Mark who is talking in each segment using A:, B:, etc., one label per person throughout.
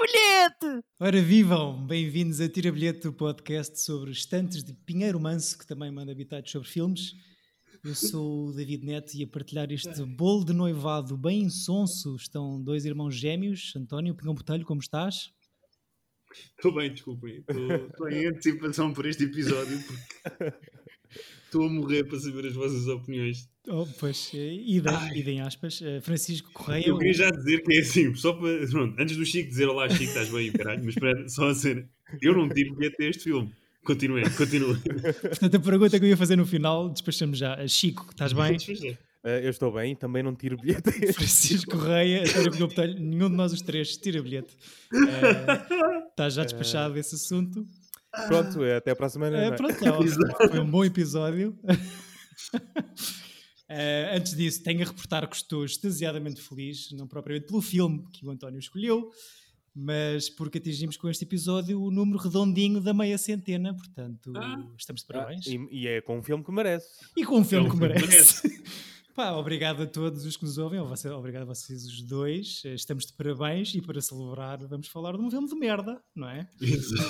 A: bilhete!
B: Ora, vivam! Bem-vindos a Tira Bilhete, o podcast sobre estantes de Pinheiro Manso, que também manda habitados sobre filmes. Eu sou o David Neto e a partilhar este bolo de noivado bem insonso estão dois irmãos gêmeos. António Pinhão Botelho, como estás?
C: Estou bem, desculpem. Estou em antecipação por este episódio porque estou a morrer para saber as vossas opiniões.
B: Oh, pois, eh, idem, idem aspas. Eh, Francisco Correia.
C: Eu queria já dizer que é assim, só para, pronto, antes do Chico dizer olá Chico, estás bem, caralho, mas espera, só a cena. Eu não tiro bilhete a este filme. Continuem, continuem.
B: Portanto, a pergunta que eu ia fazer no final, despachamos já. Chico, estás bem?
D: Eh, eu estou bem, também não tiro bilhete.
B: Francisco Correia, António Pinhão Botelho, nenhum de nós os três tira bilhete. Eh, Está já despachado esse assunto.
D: Pronto, eh, até para a semana.
B: É,
D: não é?
B: pronto, é, foi um bom episódio. Eh, antes disso, tenho a reportar que estou extasiadamente feliz, não propriamente pelo filme que o António escolheu, mas porque atingimos com este episódio o número redondinho da meia centena, portanto,
C: Ah.
B: estamos de parabéns. e...
D: E, e é com um filme que merece.
B: com um filme
C: É
B: que
C: um filme que
B: merece. Pá, obrigado a todos os que nos ouvem, ou você- obrigado a vocês os dois, eh, estamos de parabéns e para celebrar vamos falar de um filme de merda, não é?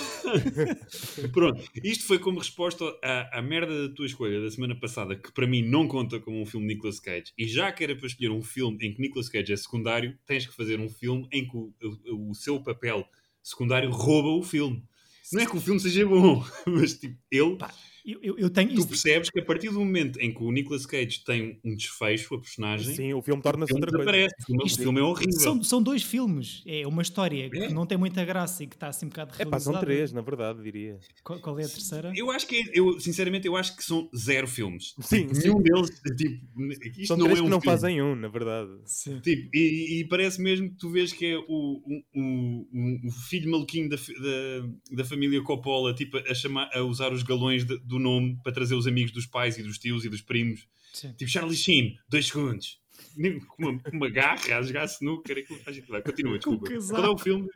C: Exato. Pronto, isto foi como resposta à, à merda da tua escolha da semana passada, que para mim não conta como um filme de Nicolas Cage. E já que era para escolher um filme em que Nicolas Cage é secundário, tens que fazer um filme em que o, o- o seu papel secundário rouba o filme. Não é que o filme seja bom, mas tipo, ele,
B: Eu, eu- eu tenho
C: tu
B: isto-
C: percebes que a partir do momento em que o Nicolas Cage tem um desfecho, a personagem,
D: Sim, o filme
C: o
D: torna-se
C: tipo, filme
D: outra coisa.
C: desaparece. O filme-
B: Isto-
C: o filme é horrível.
B: São, são dois filmes. É uma história que
C: É.
B: não tem muita graça e que está assim um bocado
D: É pá,
B: realizada.
D: são três, na verdade, diria.
B: Qual, qual é a terceira?
C: Eu acho que, é- eu, sinceramente, eu acho que são zero filmes.
D: Sim,
C: Tipo,
D: sim.
C: nenhum deles, tipo, isto
D: são
C: não
D: três
C: é um
D: que não
C: filme.
D: fazem um, na verdade.
B: Sim.
C: Tipo, e, e parece mesmo que tu vês que é o, o, um, o- o filho maluquinho da, fi- da, da família Coppola, tipo, a, chamar, a usar os galões de- do nome para trazer os amigos dos pais e dos tios e dos primos.
B: Sim.
C: Tipo, Charlie Sheen, dois segundos. Nem- Com uma, com uma garra a jogar snooker. e aquilo faz gente vai. Continua,
B: Com o
C: desculpa.
B: casaco.
C: Qual é o filme?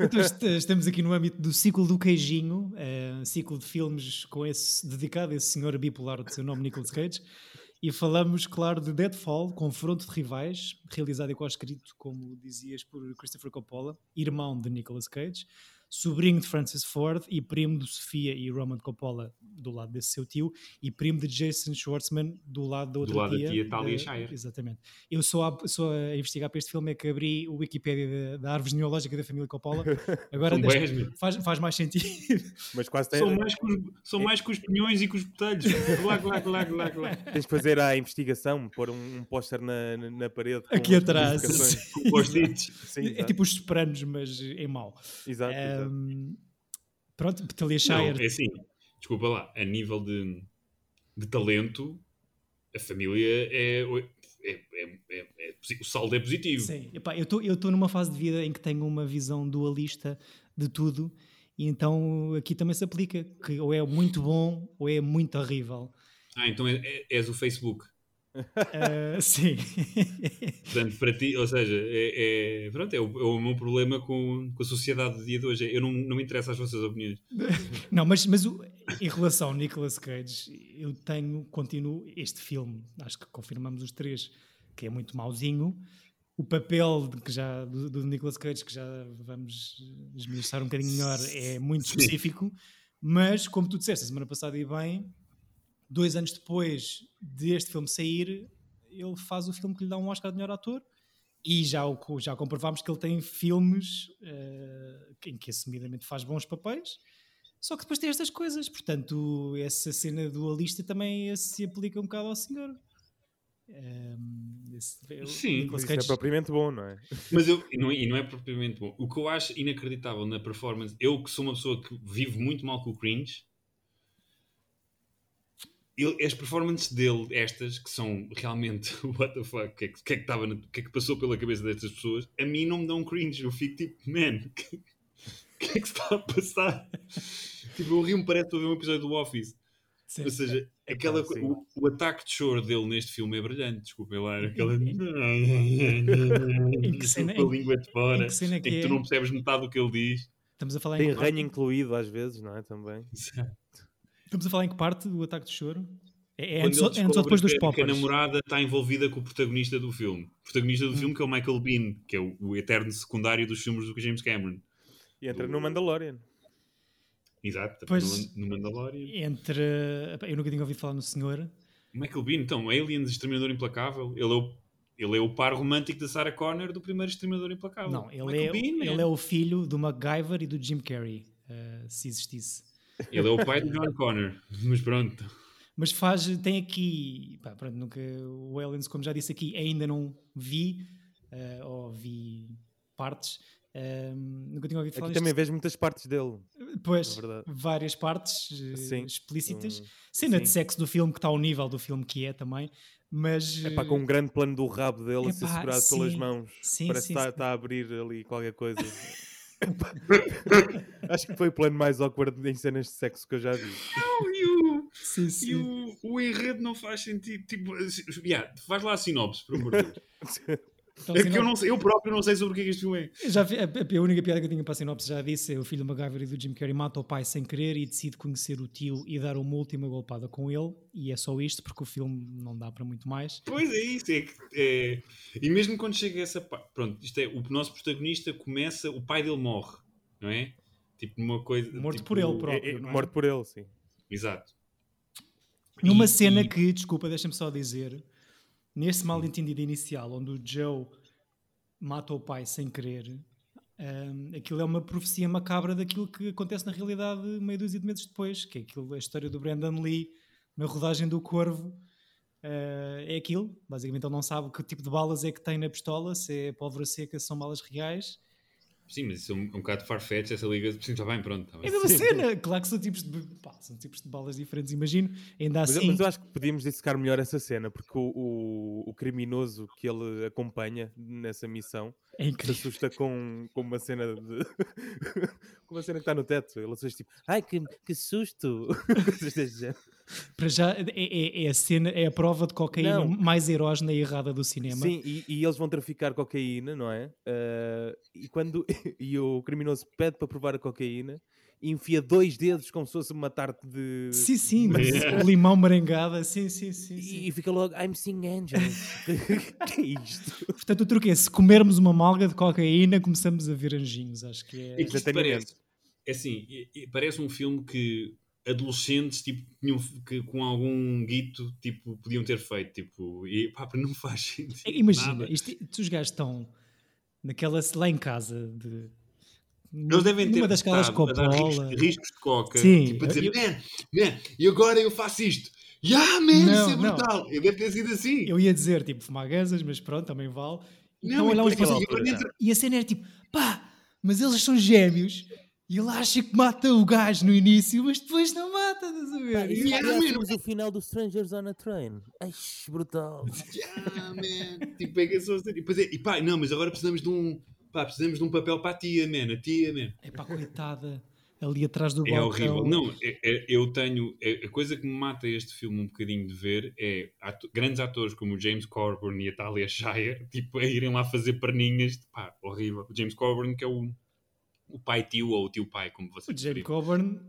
B: Então, est- estamos aqui no âmbito do ciclo do queijinho, eh, um ciclo de filmes com esse, dedicado a esse senhor bipolar de seu nome, Nicolas Cage. E falamos, claro, de Deadfall, Confronto de Rivais, realizado e co-escrito, como dizias, por Christopher Coppola, irmão de Nicolas Cage, sobrinho de Francis Ford e primo de Sofia e Roman Coppola, do lado desse seu tio, e primo de Jason Schwartzman, do lado da outra
C: lado da
B: tia. eh,
C: tia Talia Shire.
B: Exatamente. Eu só a, só a investigar para este filme é que abri o Wikipédia da, da árvore genealógica da família Coppola. Agora
C: São
B: deixa-
C: bués, meu.
B: faz, faz mais sentido.
D: Mas quase tens,
C: São mais, que os, são mais que os pinhões e que os botelhos. Glá, glá, glá, glá, glá.
D: tens de fazer a investigação, pôr um, um póster na, na, na parede. com
B: Aqui
D: as
B: atrás.
D: especificações.
C: Com post-its.
D: Sim,
B: é
D: exato,
B: tipo é, os Sopranos, mas em mau.
D: exato, exato.
B: Ahm, pronto, Betalia
C: Não, é
B: Shire.
C: assim, desculpa lá, a nível de, de talento, a família é, é, é- é- é posi- O saldo é positivo.
B: Sim, Epá, eu tô- eu estou numa fase de vida em que tenho uma visão dualista de tudo, e então aqui também se aplica que ou é muito bom ou é muito horrível.
C: Ah, então é- é- és o Facebook.
B: Ah, sim.
C: Portanto, para ti, ou seja, é, é- pronto, é o, é o meu problema com, com a sociedade do dia de hoje. É, Eu não, não me interessa as vossas opiniões.
B: Não, mas, mas o- em relação ao Nicolas Cage, eu tenho, continuo este filme, acho que confirmamos os três, que é muito mauzinho. O papel de que já, do, do Nicolas Cage, que já vamos esmiuçar um bocadinho melhor, é muito
C: Sim.
B: específico. Mas, como tu disseste, a semana passada e bem, dois anos depois deste filme sair, ele faz o filme que lhe dá um Oscar de melhor ator. E já, o co- já comprovámos que ele tem filmes eh, em que assumidamente faz bons papéis, só que depois tem estas coisas. Portanto, essa cena dualista também se aplica um bocado ao senhor. Ehm, esse- o
C: Sim,
B: Nicolas
D: Mas Isso não é
B: Cage-
D: propriamente bom, não é?
C: Mas eu, e não, e não é propriamente bom. O que eu acho inacreditável na performance, eu que sou uma pessoa que vive muito mal com o cringe, ele- as performances dele, estas, que são realmente what the fuck, o que, é que, o que é que estava na- o que é que passou pela cabeça destas pessoas, a mim não me dão cringe. Eu fico tipo, man, o que, o que é que se está a passar? tipo, eu rio-me, parece que estou a ver um episódio do Office.
B: Sim.
C: Ou seja, aquela,
D: sim.
C: co- o, o ataque de choro dele neste filme é brilhante, desculpem lá, era aquela.
B: que cena-
C: Com a língua de fora.
B: Em que cena
C: Em
B: que
C: que
B: é?
C: tu não percebes metade do que ele diz.
B: Estamos a falar
D: Tem
B: em que parte?
D: ranho incluído às vezes, não é? Também.
B: Estamos a falar em que parte do ataque de choro? É, é
C: Quando
B: antes, ou-
C: ele
B: é antes ou depois dos
C: descobre que, que a
B: poppers?
C: namorada está envolvida com o protagonista do
B: Hum.
C: filme. O protagonista do filme que é o Michael Bean, que é o, o eterno secundário dos filmes do James Cameron.
D: E entra
C: Do-
B: um
D: no Mandalorian.
C: Exato,
B: Pois-
C: no, no Mandalorian.
B: Entre. epá, Eu nunca tinha ouvido falar no senhor.
C: Michael Bean, então, Aliens, Exterminador Implacável, ele é o, ele é o par romântico da Sarah Connor do primeiro Exterminador Implacável.
B: Não, ele
C: Michael
B: é,
C: Biehn, man.
B: ele é o filho do MacGyver e do Jim Carrey, eh, se existisse.
C: Ele é o pai do John Connor, mas pronto.
B: Mas faz, tem aqui, pá, pronto, nunca, o Aliens, como já disse aqui, ainda não vi, eh, ou vi partes, eh, nunca tinha ouvido falar
D: Aqui
B: nisto.
D: também vês muitas partes dele.
B: Pois,
D: É verdade.
B: várias partes eh,
D: Sim.
B: explícitas.
D: Um-
B: Cena de
D: sim.
B: sexo do filme que está ao nível do filme que é também, mas...
D: É pá, com um grande plano do rabo dele a ser
B: Eh, Epá,
D: segurado pelas
B: sim.
D: mãos.
B: Sim,
D: Parece
B: sim,
D: que
B: sim.
D: está a abrir ali qualquer coisa. Acho que foi o plano mais awkward em cenas de sexo que eu já vi.
C: E o,
B: eh, sim,
C: e
B: sim.
C: o, Oh, o enredo não faz sentido. Tipo, assim, yeah, faz lá a sinopse, por amor de Deus.
B: Então,
C: É
B: assim,
C: que eu,
B: não-
C: não sei- eu próprio não sei sobre o que é que este filme é.
B: Eu Já vi- a, a- a única piada que eu tinha para a sinopse já disse é o filho do MacGyver e do Jim Carrey mata o pai sem querer e decide conhecer o tio e dar uma última golpada com ele e é só isto porque o filme não dá para muito mais.
C: Pois é isso, é que é- e mesmo quando chega a essa parte, pronto, isto é, o nosso protagonista começa, o pai dele morre, não é? Tipo numa coisa
B: Morto
C: tipo-
B: por ele próprio.
D: É, é,
B: não é?
D: morto por ele, sim.
C: Exato.
B: Numa
C: E-
B: cena
C: e-
B: que, desculpa, deixa-me só dizer, nesse mal entendido inicial, onde o Joe mata o pai sem querer, hum, aquilo é uma profecia macabra daquilo que acontece na realidade meio dúzia de meses depois, que é aquilo, a história do Brandon Lee na rodagem do Corvo. eh, é aquilo, basicamente ele não sabe que tipo de balas é que tem na pistola, se é pólvora seca, se são balas reais.
C: Sim, mas isso é um, é um bocado farfetch essa liga. Sim, está bem, pronto. Tá
B: É a
C: bem.
B: mesma cena, claro que são tipos de, pá, são tipos de balas diferentes, imagino. Ainda
D: Mas, eu-
B: assim,
D: mas eu acho que podíamos dissecar melhor essa cena, porque o, o, o criminoso que ele acompanha nessa missão
B: é
D: se
B: incrível.
D: assusta com, com uma cena de. com uma cena que está no teto. Ele assusta tipo, ai que, que susto! Coisas desse género.
B: Para já é, é- é a cena, é a prova de cocaína
D: Não.
B: mais erógena e errada do cinema.
D: Sim, e, e eles vão traficar cocaína, não é? Ah, e quando e o criminoso pede para provar a cocaína, enfia dois dedos como se fosse uma tarte de.
B: sim, sim,
D: Mas-
B: mas limão merengada, sim, sim, sim. sim.
D: E, e fica logo, I'm seeing angels. que é isto?
B: Portanto, o truque é, se comermos uma malga de cocaína, começamos a ver anjinhos, acho que é...
C: É que isto
D: Exatamente.
C: parece, é assim, e- e parece um filme que adolescentes tipo, tinham, que com algum guito tipo, podiam ter feito. Tipo, e pá, não faz sentido.
B: É, Imagina,
C: nada.
B: isto, isto os gajos estão naquela, lá em casa, de...
C: Eles devem ter
B: numa das calas
C: estado a dar
B: Coppola.
C: riscos, riscos de coca.
B: Sim,
C: tipo, a dizer,
B: eu-
C: man, man, e agora eu faço isto. Yeah, man,
B: Não,
C: isso é
B: não.
C: brutal. Eu deve ter sido assim.
B: Eu ia dizer, tipo, fumar gansas, mas pronto, também vale. E estão
C: Não, é
B: a
C: e
B: olhar uns
C: depois
B: para é os
C: aquilo
B: outros.
C: entra-
B: E a cena era tipo, pá, mas eles são gêmeos. E ele acha que mata o gajo no início, mas depois não mata, estás a ver?
C: isso- Yeah, man.
D: Aliás, o final do Strangers on a Train. Ai, brutal.
C: Yeah, man. tipo, é que eu sou assim. E depois é, e pá, não, mas agora precisamos de um. Pá, precisamos de um papel para a tia, man. A tia, man.
B: É pá, coitada, ali atrás do
C: É
B: balcão.
C: horrível. Não, é- é- eu tenho. é- a coisa que me mata este filme um bocadinho de ver é ato- grandes atores como o James Corburn e a Talia Shire tipo, a irem lá fazer perninhas. Pá, horrível. O James Corburn, que é o, o pai tio ou o tio pai, como você
B: O Jamie Coburn,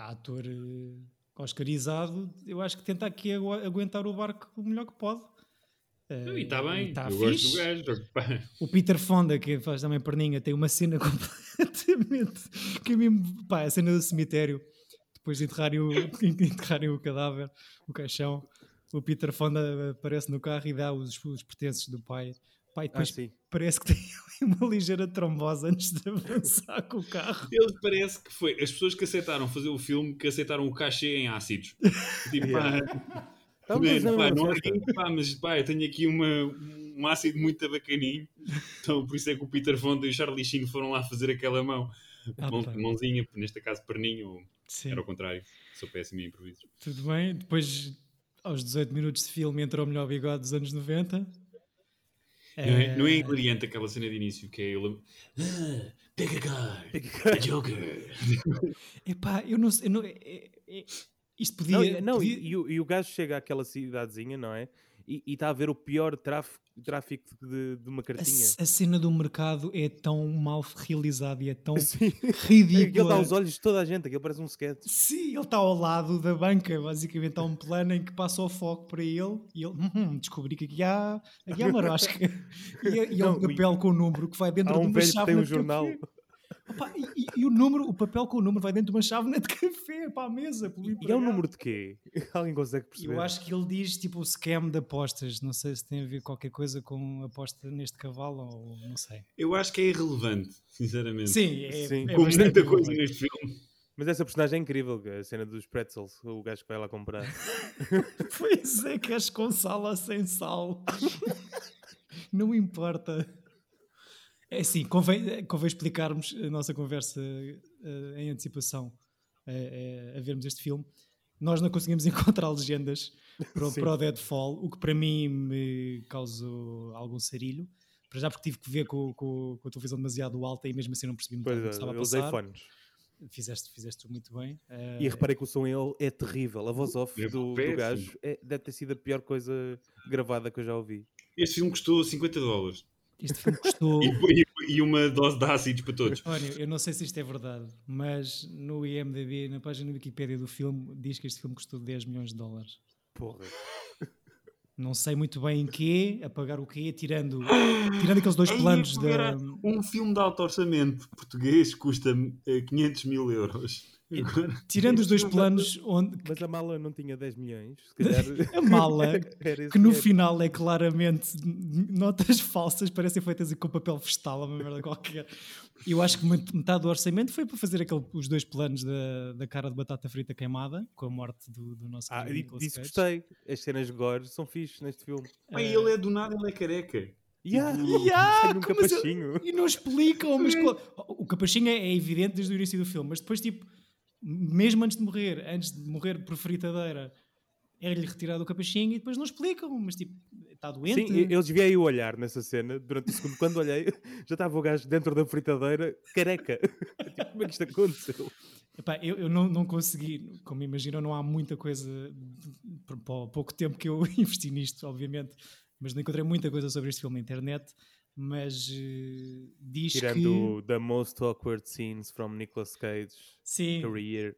B: ator eh, oscarizado, eu acho que tenta aqui agu- aguentar o barco o melhor que pode. Eh,
C: E está bem,
B: e tá
C: eu gosto
B: fixe.
C: do gajo. só que, pá,
B: O Peter Fonda, que faz também perninha, tem uma cena completamente. que é mesmo. pá, a cena do cemitério, depois de enterrarem o, de enterrarem o cadáver, o caixão. O Peter Fonda aparece no carro e dá os, os pertences do pai. Pai,
D: Ah,
B: depois
D: sim.
B: parece que tem ali uma ligeira trombose antes de avançar com o carro.
C: Ele parece que foi. As pessoas que aceitaram fazer o filme, que aceitaram o cachê em ácidos. Tipo,
D: Yeah.
C: pá,
D: Estavam todos na
C: Man, pá,
D: mesma
C: não é
D: festa.
C: pá, mas pá, eu tenho aqui uma, um ácido muito bacaninho. Então, por isso é que o Peter Fonda e o Charlie Sheen foram lá fazer aquela mão.
B: Ah,
C: Mão-
B: pá.
C: mãozinha, neste caso perninho, ou
B: Sim,
C: era ao contrário. Sou péssimo em improviso.
B: tudo bem. Depois, aos 18 minutos de filme, entrou o melhor bigode dos anos 90.
C: Não, é, não é
B: Eh,
C: ingrediente aquela cena de início que é ele. Ah, pick a card,
D: Pick
C: a Joker.
B: Epá, eu não sei. eu não- é- é- é- isto podia.
D: Não, e- não, e-
B: podia-
D: e, o, e o gajo chega àquela cidadezinha, não é? E está a ver o pior tráfico, tráfico de, de uma
B: a,
D: cartinha.
B: c- a cena do mercado é tão mal realizada e é tão
D: Sim. Ele dá
B: ridícula.
D: aos olhos de toda a gente, aquilo parece um sketch.
B: Sim, ele está ao lado da banca, basicamente há um plano em que passa o foco para ele e ele "Hum, descobri que aqui há, aqui há marosca. E, é- e é um
D: Não, e-
B: papel com o número que vai dentro
D: Há
B: de
D: um
B: uma
D: velho que
B: chave
D: tem
B: na
D: um jornal.
B: café. Opa, e, e o número, o papel com o número vai dentro de uma chávena de café para a mesa. pelo
D: E é um número de quê? Alguém consegue perceber?
B: Eu acho que ele diz tipo scam de apostas. Não sei se tem a ver qualquer coisa com aposta neste cavalo ou não sei.
C: Eu acho que é irrelevante, sinceramente.
B: Sim, é,
D: Sim.
B: é
C: Com
B: bastante
C: muita coisa
B: relevante.
C: neste filme.
D: Mas essa personagem é incrível, a cena dos pretzels, o gajo que vai lá comprar.
B: Pois é, queres com sal ou sem sal? Não importa. É assim, convém, convém explicarmos a nossa conversa eh, em antecipação eh, eh, a vermos este filme. Nós não conseguimos encontrar legendas para, o-
D: Sim.
B: para o Deadfall, o que para mim me causou algum sarilho. Para já porque tive que ver com, com- com a televisão demasiado alta e mesmo assim não percebi muito
D: Pois
B: bem o que
D: é,
B: estava a
D: eu usei
B: passar.
D: fones.
B: Fizeste, fizeste muito bem.
D: E
B: eh,
D: reparei que o som ele é terrível. A voz off
C: É
D: do, do
C: péssimo.
D: gajo é- deve ter sido a pior coisa gravada que eu já ouvi.
C: Este filme custou 50 dólares.
B: este filme custou...
C: E, e- e uma dose de ácidos para todos.
B: António, eu não sei se isto é verdade, mas no IMDb, na página da Wikipédia do filme, diz que este filme custou 10 milhões de dólares.
D: Porra.
B: Não sei muito bem em quê, a pagar o quê, tirando, tirando aqueles dois
C: Ei,
B: planos
C: eu era-
B: da.
C: Um filme de alto orçamento português custa eh, 500 mil euros. Agora,
B: Tirando os dois
C: Não,
B: planos onde. que-
D: Mas a mala não tinha 10 milhões, se calhar.
B: A mala,
D: era esse
B: que no
D: dinheiro.
B: final é claramente notas falsas, parecem feitas com papel vegetal, uma merda qualquer. Eu acho que met- metade do orçamento foi para fazer aquele- os dois planos da, da cara de batata frita queimada, com a morte do, do nosso
D: Ah,
B: querido
D: e
B: Nicolas
D: disso
B: Cage.
D: gostei. As cenas gore são fixes neste filme.
C: Ai, ele é do nada, ele é careca.
D: Yeah.
B: Yeah,
D: Tenho um
B: como se-
D: capachinho.
B: E não explicam, mas qual- o capachinho é, é evidente desde o início do filme, mas depois, tipo, mesmo antes de morrer, antes de morrer por fritadeira, era-lhe retirado o capachinho e depois não explicam, mas tipo, está doente.
D: Sim, eu eu desviei o olhar nessa cena durante o segundo. Quando olhei, já estava o gajo dentro da fritadeira, careca. Tipo, como é que isto aconteceu?
B: Epá, eu eu não, não consegui, como imaginam, não há muita coisa para o pouco tempo que eu investi nisto, obviamente, mas não encontrei muita coisa sobre este filme na internet. Mas eh, diz que.
D: Tirando o The Most Awkward Scenes from Nicolas Cage
B: Sim,
D: Career.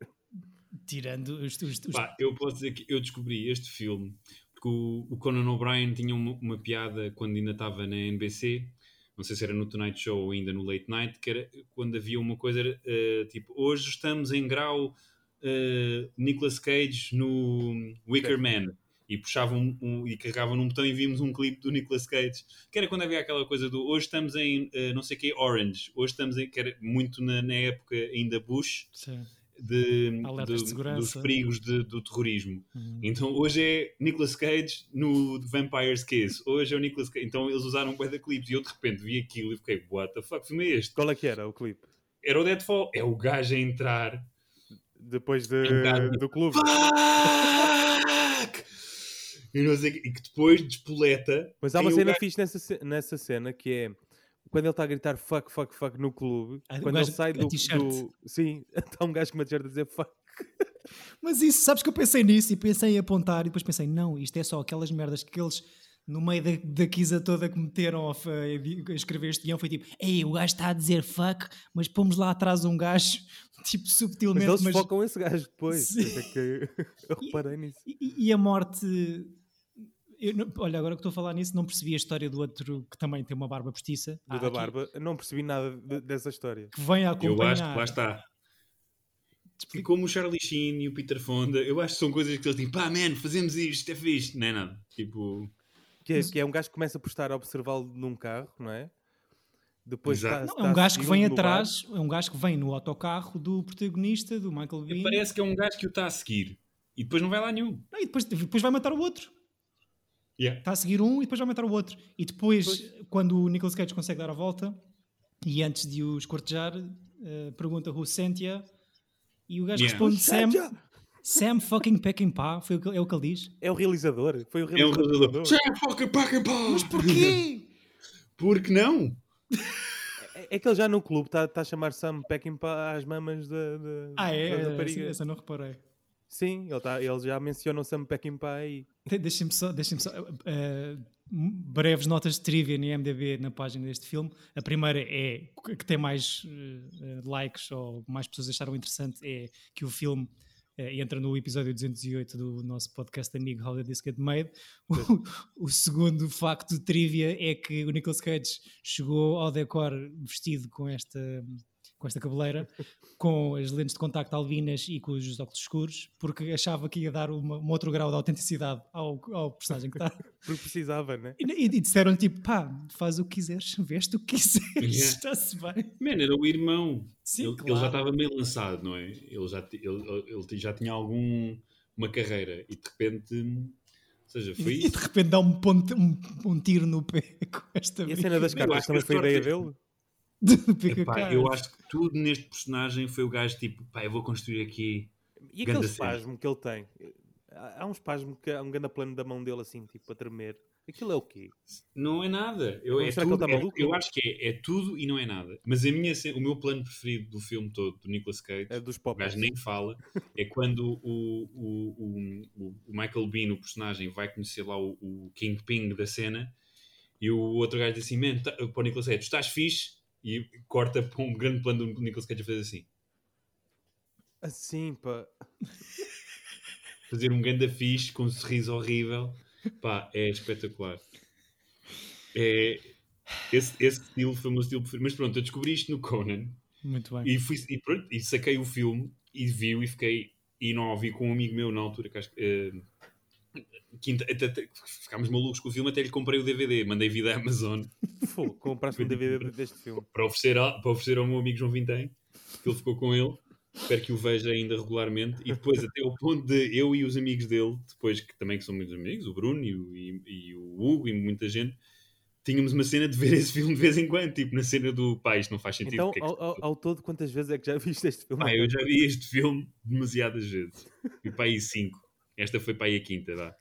B: tirando os, os, os-
C: Pá, eu posso dizer que eu descobri este filme porque o, o Conan O'Brien tinha uma, uma piada quando ainda estava na NBC, não sei se era no Tonight Show ou ainda no Late Night, que era quando havia uma coisa era, eh, tipo hoje estamos em grau eh, Nicolas Cage no Wicker Man. E puxavam um- e carregavam num botão e vimos um clipe do Nicolas Cage. Que era quando havia aquela coisa do hoje estamos em eh, não sei o que, Orange. Hoje estamos em. que era muito na, na época ainda Bush
B: Sim.
C: de,
B: Alertas
C: do-
B: de segurança.
C: dos perigos de- do terrorismo.
B: Hum.
C: Então hoje é Nicolas Cage no Vampire's Kiss. Hoje é o Nicolas Cage. Então eles usaram um bué de clipes e eu de repente vi aquilo e fiquei, what the fuck, filme é este?
D: Qual é que era o clipe?
C: Era o Deadfall. É o gajo a entrar.
D: Depois
B: É um
C: Em casa.
D: de, do clube.
C: Fuck! E, não sei o quê. E que depois despoleta.
D: Mas há uma
B: é
C: tem o
D: cena
C: gajo-
D: fixe nessa, ce- nessa cena que é quando ele está a gritar fuck, fuck, fuck no clube.
B: Ah, o
D: quando ele
B: gajo-
D: sai
B: a
D: do,
B: t-shirt.
D: do- Sim, está um gajo com uma t-shirt a dizer fuck.
B: Mas isso, sabes que eu pensei nisso e pensei em apontar e depois pensei, não, isto é só aquelas merdas que eles, no meio da, da quisa toda que meteram a, fa- a escrever este guião, foi tipo, ei, o gajo está a dizer fuck, mas pomos lá atrás um gajo, tipo,
D: Mas
B: subtilmente.
D: eles
B: mas-
D: focam esse gajo depois.
B: Sim.
D: É que eu
B: E-
D: reparei nisso.
B: E, e a morte... eu não- olha, agora que estou a falar nisso, não percebi a história do outro que também tem uma barba postiça.
D: Do
B: Há Ah,
D: da
B: aqui-
D: barba. Não percebi nada de- dessa história.
B: Que vem a
C: Eu
B: acompanhar.
C: acho que lá está. E como o Charlie Sheen e o Peter Fonda, eu acho que são coisas que eles dizem, pá, man, fazemos isto, é fixe. Não é nada. Tipo.
D: Que é, que é um gajo que começa por estar a observá-lo num carro, não é? Depois
C: Exato.
D: está-
B: Não, é um
D: está a
B: gajo que
D: segui-lo
B: vem
D: no bar.
B: atrás, é um gajo que vem no autocarro do protagonista, do Michael Bean.
C: Parece que é um gajo que o está a seguir e depois não vai lá nenhum.
B: Não, e depois, depois vai matar o outro.
C: Yeah.
B: Está a seguir um e depois vai matar o outro. E depois,
D: Pois.
B: quando o Nicolas Cage consegue dar a volta, e antes de os cortejar, eh, pergunta who sent ya? E o gajo
C: Yeah.
B: responde Sam,
D: Já, já.
B: Sam fucking Peckinpah. Foi o que, é o que ele diz.
D: É o realizador. Foi o
C: É um
D: realizador.
C: realizador.
B: Mas porquê?
C: Porque não?
D: É, é que ele já no clube está está a chamar Sam Peckinpah às mamas da, da,
B: ah, é?
D: da
B: Essa,
D: rapariga.
B: essa não reparei.
D: Sim, ele, tá, ele já menciona o Sam Peckinpah aí.
B: De- Deixem-me só, deixem só eh, eh, breves notas de trivia no IMDb na página deste filme. A primeira é que que tem mais eh, eh, likes ou mais pessoas acharam interessante é que o filme eh, entra no episódio 208 do nosso podcast amigo How the This Get Made. O, o segundo facto de trivia é que o Nicolas Cage chegou ao decor vestido com esta com esta cabeleira, com as lentes de contacto albinas e com os óculos escuros, porque achava que ia dar uma, um outro grau de autenticidade ao, ao personagem que está.
D: Porque precisava, né?
B: E, e, e disseram tipo, pá, faz o que quiseres, veste o que quiseres, está-se bem.
C: Man, era o irmão.
B: Sim,
C: ele,
B: claro.
C: ele já estava meio lançado, não é? Ele já, ti- ele, ele já tinha algum uma carreira e de repente, hum, ou seja, foi
B: E, e de
C: isso.
B: repente dá um, ponte- um- um tiro no pé com esta
D: E a cena das
C: Eu acho
D: cartas
C: que
D: também
C: a
D: foi ideia
C: sorte-
D: dele?
B: do pica
C: Epá, eu acho que tudo neste personagem foi o gajo tipo, pá, eu vou construir aqui.
D: E
C: Ganda
D: aquele
C: cena.
D: espasmo que ele tem? Há há um espasmo que há um grande plano da mão dele assim, tipo, a tremer. Aquilo é o quê?
C: Não é nada. Eu,
D: Mas
C: é
D: será que ele
C: tudo-
D: tá
C: é-
D: maluco?
C: eu acho que é, é tudo e não é nada. Mas a minha, ce- o meu plano preferido do filme todo, do Nicolas Cage,
D: É dos
C: o
D: poppers.
C: gajo nem fala, é quando o, o- o- o- o Michael Bean, o personagem, vai conhecer lá o, o King Ping da cena e o outro gajo diz assim: Man, tá, para o Nicolas Cage, "Tu estás fixe? E corta para um grande plano do Nicolas Cage a fazer assim:
D: Assim, pá.
C: fazer um ganda fixe com um sorriso horrível. Pá, é espetacular. É, esse, esse estilo foi o meu estilo preferido. Mas pronto, eu descobri isto no Conan
B: Muito bem.
C: e, fui, e, pronto, e saquei o filme e vi-o e fiquei. E não ouvi com um amigo meu na altura que acho que. eh, quinta- até- até- ficámos malucos com o filme, até lhe comprei o DVD, mandei vir da Amazon
D: Fogo, compraste um DVD deste filme.
C: para oferecer, ao, para oferecer ao meu amigo João Vintém, que ele ficou com ele. Espero que o veja ainda regularmente. E depois, até o ponto de eu e os amigos dele, depois que também que são muitos amigos, o Bruno e o, e- e o Hugo e muita gente, tínhamos uma cena de ver esse filme de vez em quando, tipo na cena do pá, isto não faz sentido.
D: Então,
C: porque é que- Ah,
D: ao, ao- ao todo, quantas vezes é que já viste este filme?
C: Pá, eu já vi este filme demasiadas vezes. E pá, aí cinco. Esta foi para aí a quinta, dá.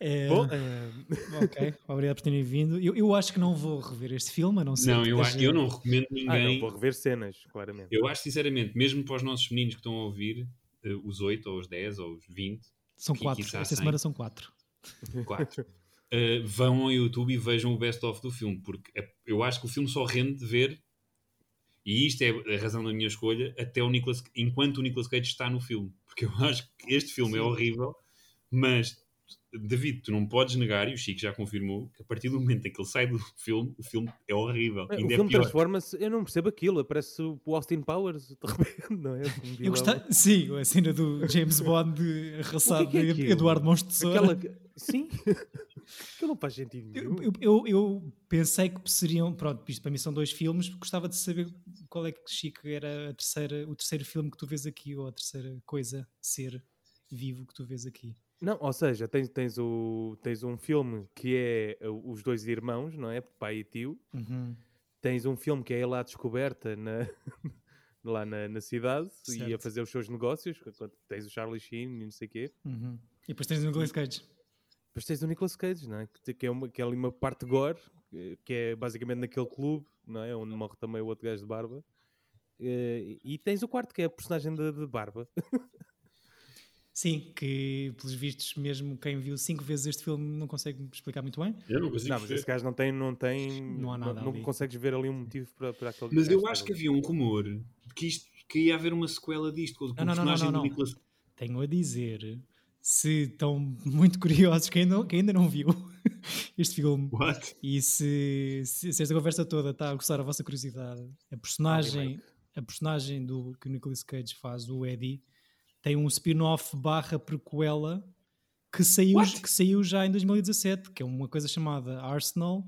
B: É,
D: Bom, eh,
B: Ok, obrigado por terem vindo. Eu, eu acho que não vou rever este filme, a não ser
C: Não,
B: que
C: eu, acho-
B: esteja-
C: eu não recomendo
D: ah, não,
C: ninguém.
D: vou rever cenas, claramente.
C: eu acho sinceramente, mesmo para os nossos meninos que estão a ouvir, eh, os 8 ou os 10 ou os 20,
B: São
C: que
B: quatro,
C: quiçá
B: esta
C: sem.
B: semana são quatro.
C: quatro. Uh, vão ao YouTube e vejam o best-of do filme, porque é- eu acho que o filme só rende de ver, e isto é a razão da minha escolha, até o Nicolas, enquanto o Nicolas Cage está no filme, porque eu acho que este filme é horrível, mas David, tu não podes negar, e o Chico já confirmou, que a partir do momento em que ele sai do filme, o filme é horrível,
D: Bem, o
C: ainda é
D: filme
C: pior.
D: transforma-se, eu não percebo aquilo, parece o Austin Powers, de repente, não é? Um
B: Eu
D: vilão.
B: gostava, sim, a cena do James Bond eh, arrasado
D: O que é que é
B: de
D: aquilo?
B: Eduardo Mons de Sora.
D: Aquela... Sim, aquilo não faz sentido nenhum.
B: Eu, eu- eu- eu pensei que seriam, pronto, isto para mim são dois filmes, gostava de saber qual é que, Chico, era a terceira, o terceiro filme que tu vês aqui, ou a terceira coisa, ser vivo que tu vês aqui.
D: Não, ou seja, tens, tens, o, tens um filme que é uh, os dois irmãos, não é? Pai e tio. Tens um filme que é ele à descoberta na, lá na, na cidade e a
B: Certo.
D: fazer os seus negócios. enquanto Tens o Charlie Sheen e não sei o quê.
B: Uhum. E depois tens o Nicolas Cage.
D: Depois tens o Nicolas Cage, não é? Que, te- que é, uma, que é ali uma parte gore, eh, que é basicamente naquele clube, não é? Onde morre também o outro gajo de barba. Eh, E tens o quarto, que é a personagem de, de barba.
B: Sim, que pelos vistos, mesmo quem viu cinco vezes este filme não consegue explicar muito bem.
C: Eu não consigo
D: Não, mas
C: perceber.
D: esse gajo não tem... Não, tem,
B: Não há nada
D: Não,
B: ali.
D: consegues ver ali um motivo para, para aquele
C: Mas
D: gajo
C: eu
D: estar
C: acho que
D: ali.
C: havia um rumor de que, isto, que ia haver uma sequela disto, com o
B: não, não,
C: personagem
B: não, não.
C: do Nicolas
B: Tenho a dizer, se estão muito curiosos, quem, não- quem ainda não viu este filme,
C: What?
B: e se, se- se esta conversa toda está a aguçar a vossa curiosidade, a personagem, a personagem do, que o Nicolas Cage faz, o Eddie, tem um spin-off barra prequela que saiu,
C: What?
B: que saiu já em 2017, que é uma coisa chamada Arsenal,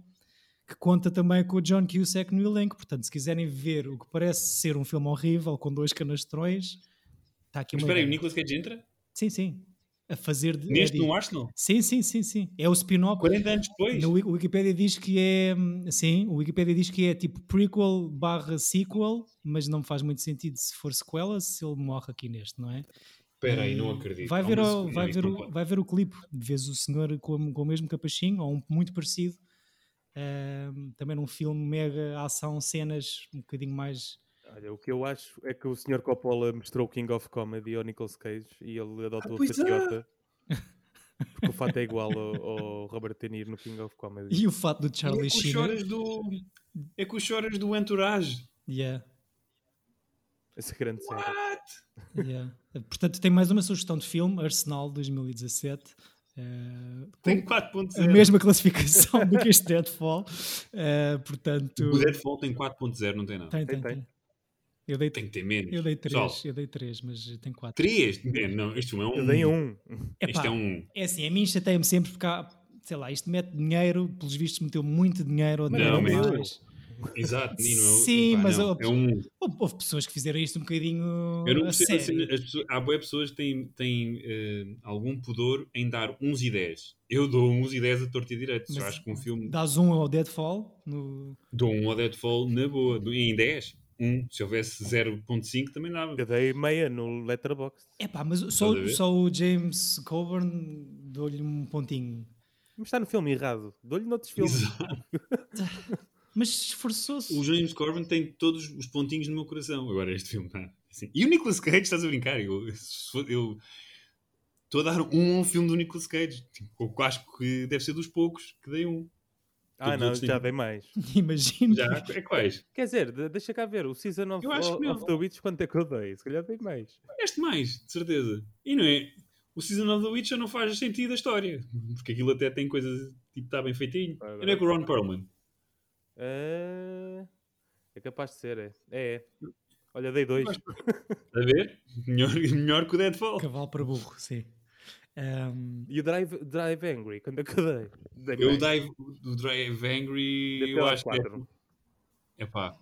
B: que conta também com o John Cusack no elenco. Portanto, se quiserem ver o que parece ser um filme horrível com dois canastrões, está aqui
C: Mas
B: uma
C: espera aí, o
B: ideia.
C: Nicolas Cage entra?
B: Sim, sim. A fazer de
C: Neste um
B: Eddie.
C: no Arsenal?
B: Sim, sim, sim, sim. É o spin-off.
C: 40 anos depois?
B: No Wik- o Wikipedia diz que é hum, sim, o Wikipedia diz que é tipo prequel barra sequel, mas não faz muito sentido se for sequela se ele morre aqui neste, não é?
C: Espera aí,
B: E
C: não acredito.
B: Vai
C: Há
B: ver,
C: uma
B: o,
C: segunda,
B: vai,
C: isto
B: ver
C: não
B: o,
C: pode.
B: vai ver o clipe, vês o senhor com, com o mesmo capachinho, ou um muito parecido, hum, também num filme mega ação, cenas um bocadinho mais.
D: Olha, o que eu acho é que o Sr. Coppola mostrou o King of Comedy ao Nicolas Cage e ele adotou a
C: pois é.
D: fatiota. Porque o fato é igual ao, ao Robert De Niro no King of Comedy.
B: E o fato do
C: É
B: Charlie
C: com os
B: Sheen. né?
C: choras do. É com os choras do Entourage.
B: Yeah,
D: Essa grande cena.
B: yeah. Portanto, tem mais uma sugestão de filme, Arsenal 2017. eh,
C: Tem
B: a
C: 4.0.
B: mesma classificação do que este Deadfall. eh, portanto,
C: O Deadfall tem 4.0, não tem nada.
B: tem, tem,
D: Tem,
B: tem.
D: tem.
B: Eu dei,
C: Tem que ter menos.
B: eu dei
C: Pessoal,
B: três, eu dei três, mas tem quatro.
C: Três? Man, não, este filme é um.
D: Eu dei um.
C: Este
B: Epá,
C: é um.
B: É assim, a mim chateia-me sempre porque há, sei lá, isto mete dinheiro, pelos vistos meteu muito dinheiro. ou
D: Mas
B: dinheiro
C: não
B: a
C: meteu.
B: mais.
C: Exato, Nino. é um-
B: Sim,
C: epá,
B: mas
C: não,
B: eu-
C: é um.
B: Houve houve pessoas que fizeram isto um bocadinho
C: Eu não
B: a
C: percebo.
B: sério.
C: assim, as pessoas- há boas pessoas que têm, têm eh, algum pudor em dar uns e 10. Eu dou uns e 10 a torta e direito. Só
B: Mas-
C: acho que um filme.
B: Dás um ao Deadfall no...
C: Dou um ao Deadfall na boa. dou- Em 10, um. Se houvesse 0.5, também dava.
D: Eu dei meia no Letterboxd.
B: Epá, mas só,
C: Estás a ver?
B: só o James Coburn deu-lhe um pontinho.
D: Mas está no filme errado. Dou-lhe noutros filmes.
C: Exato.
B: Mas esforçou-se.
C: O James Corbin tem todos os pontinhos no meu coração. Agora este filme tá, assim. E o Nicolas Cage, estás a brincar? Eu se for- eu- estou a dar um ao filme do Nicolas Cage. Tipo, eu acho que deve ser dos poucos que dei um.
D: Ah,
C: Todos
D: não,
C: outros
D: já
C: têm.
D: dei mais.
B: Imagino.
C: Já, é quais?
D: Quer dizer, de- deixa cá ver. O Season of,
C: Eu acho que
D: of,
C: não.
D: the Witch, quanto é que eu dei? Se calhar dei mais.
C: Este mais, de certeza. E não é? O Season of the Witcher não faz sentido a história. Porque aquilo até tem coisas. Tipo, está bem feitinho.
D: Ah,
C: E não é com o Ron Perlman.
D: Ah, é capaz de ser, é. É, é. Olha, dei dois.
C: Está a ver? Melhor, melhor que o Deadfall.
B: Cavalo para burro, sim. Ahm,
D: E o Drive, Drive Angry, quando é que eu dei? Dei
C: Eu
D: mais.
C: dei o Drive Angry.
D: Deve
C: Eu
D: ter
C: acho que
D: dado
C: é
D: quatro.
C: Epá.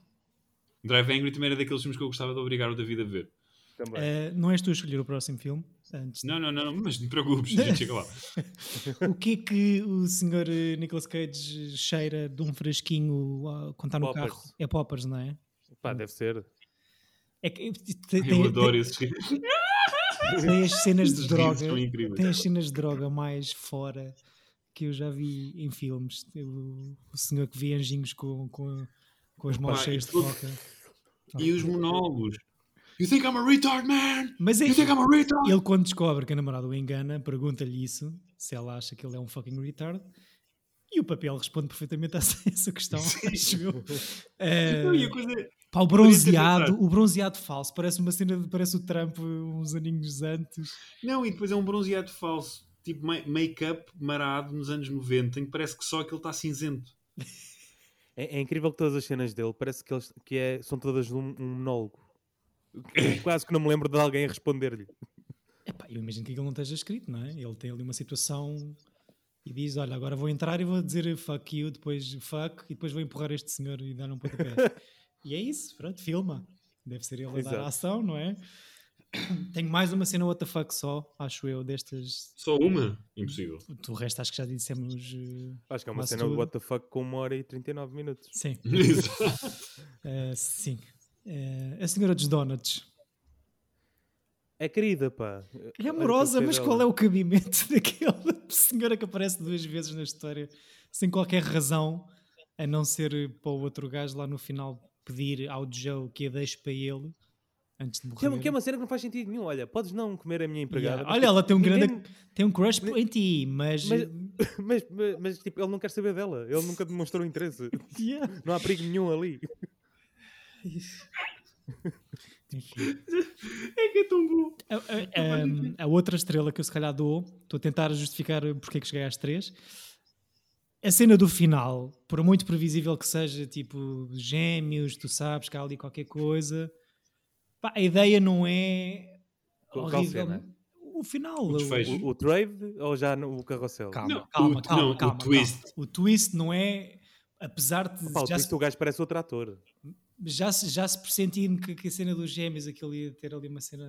C: Drive Angry também era daqueles filmes que eu gostava de obrigar o David a ver.
D: Também.
B: ah, não és tu a escolher o próximo filme? Antes.
C: Não, não, não, mas não te preocupes, a gente chega lá.
B: O que é que o senhor eh, Nicolas Cage cheira de um fresquinho ah, quando está no
D: Poppers.
B: carro? É poppers, não é?
D: Pá, deve ser.
B: É que tem,
C: Eu
B: tem-
C: adoro esses rios.
B: tem- tem as cenas de
C: Esses rios
B: droga.
C: são incríveis.
B: Tem as cenas de droga mais fora que eu já vi em filmes. O, o senhor que vê anjinhos com, com, com as mãos
C: Pá,
B: cheias de
C: isso-
B: coca.
C: E os monólogos. You think I'm a retard, man?
B: Mas é,
C: You think I'm a retard?
B: ele quando descobre que a namorada o engana, pergunta-lhe isso, se ela acha que ele é um fucking retard. E o papel responde perfeitamente a essa- essa questão. acho eu. Eh,
C: Não, e a coisa é-
B: pá, o
C: poderia ter
B: bronzeado, o bronzeado falso, parece uma cena, de, parece o Trump uns aninhos antes.
C: Não, e depois é um bronzeado falso. Tipo ma- make-up marado nos anos 90, em que parece que só aquele está cinzento.
D: É, é incrível que todas as cenas dele parece que, eles, que é- são todas um, um monólogo. Que- Quase que não me lembro de alguém a responder-lhe.
B: Epá, eu imagino que aquilo não esteja escrito, não é? Ele tem ali uma situação e diz: Olha, agora vou entrar e vou dizer fuck you, depois fuck, e depois vou empurrar este senhor e dar um pontapé. e é isso, pronto, filma. Deve ser ele a dar
D: Exato.
B: a ação, não é? Tenho mais uma cena what the fuck só, acho eu, destas.
C: Só uma? Impossível.
B: O resto acho que já dissemos. eh,
D: Acho que é uma
B: Quase
D: cena do
B: tudo.
D: What the fuck com uma hora e 39 minutos.
B: Sim,
C: Exato.
B: eh, sim. Eh, a senhora dos donuts.
D: É querida, pá.
B: É amorosa, mas qual é o cabimento daquela senhora que aparece duas vezes na história sem qualquer razão, a não ser para o outro gajo lá no final pedir ao Joe que a deixe para ele antes de morrer.
D: Que é, uma- que é uma cena que não faz sentido nenhum. Olha, podes não comer a minha empregada.
B: Yeah.
D: mas
B: Olha, ela tem um grande
D: ninguém-
B: tem um crush em ti, mas,
D: Mas- Mas, mas, mas, tipo, ele não quer saber dela. Ele nunca demonstrou interesse.
B: Yeah.
D: Não há perigo nenhum ali.
B: Enfim.
C: É que é tão bom.
B: Tipo, A, a- a- a outra estrela que eu se calhar dou, estou a tentar justificar porque é que cheguei às três. A cena do final, por muito previsível que seja, tipo gêmeos, tu sabes que há ali qualquer coisa, pá, a ideia não é
D: Qual- qual
B: horrível.
D: cena?
B: O final,
C: O desfecho.
D: é? O, o trade ou já no, o carrossel?
B: calma,
C: Não,
B: calma,
C: o-
B: calma,
C: não, o
B: calma, calma.
C: twist.
B: O twist não é, apesar de
D: Pá, o
B: já,
D: twist,
B: se,
D: o gajo parece outro ator.
B: já, se, já se pressentindo que, que a cena dos gêmeos aquilo ia ter ali uma cena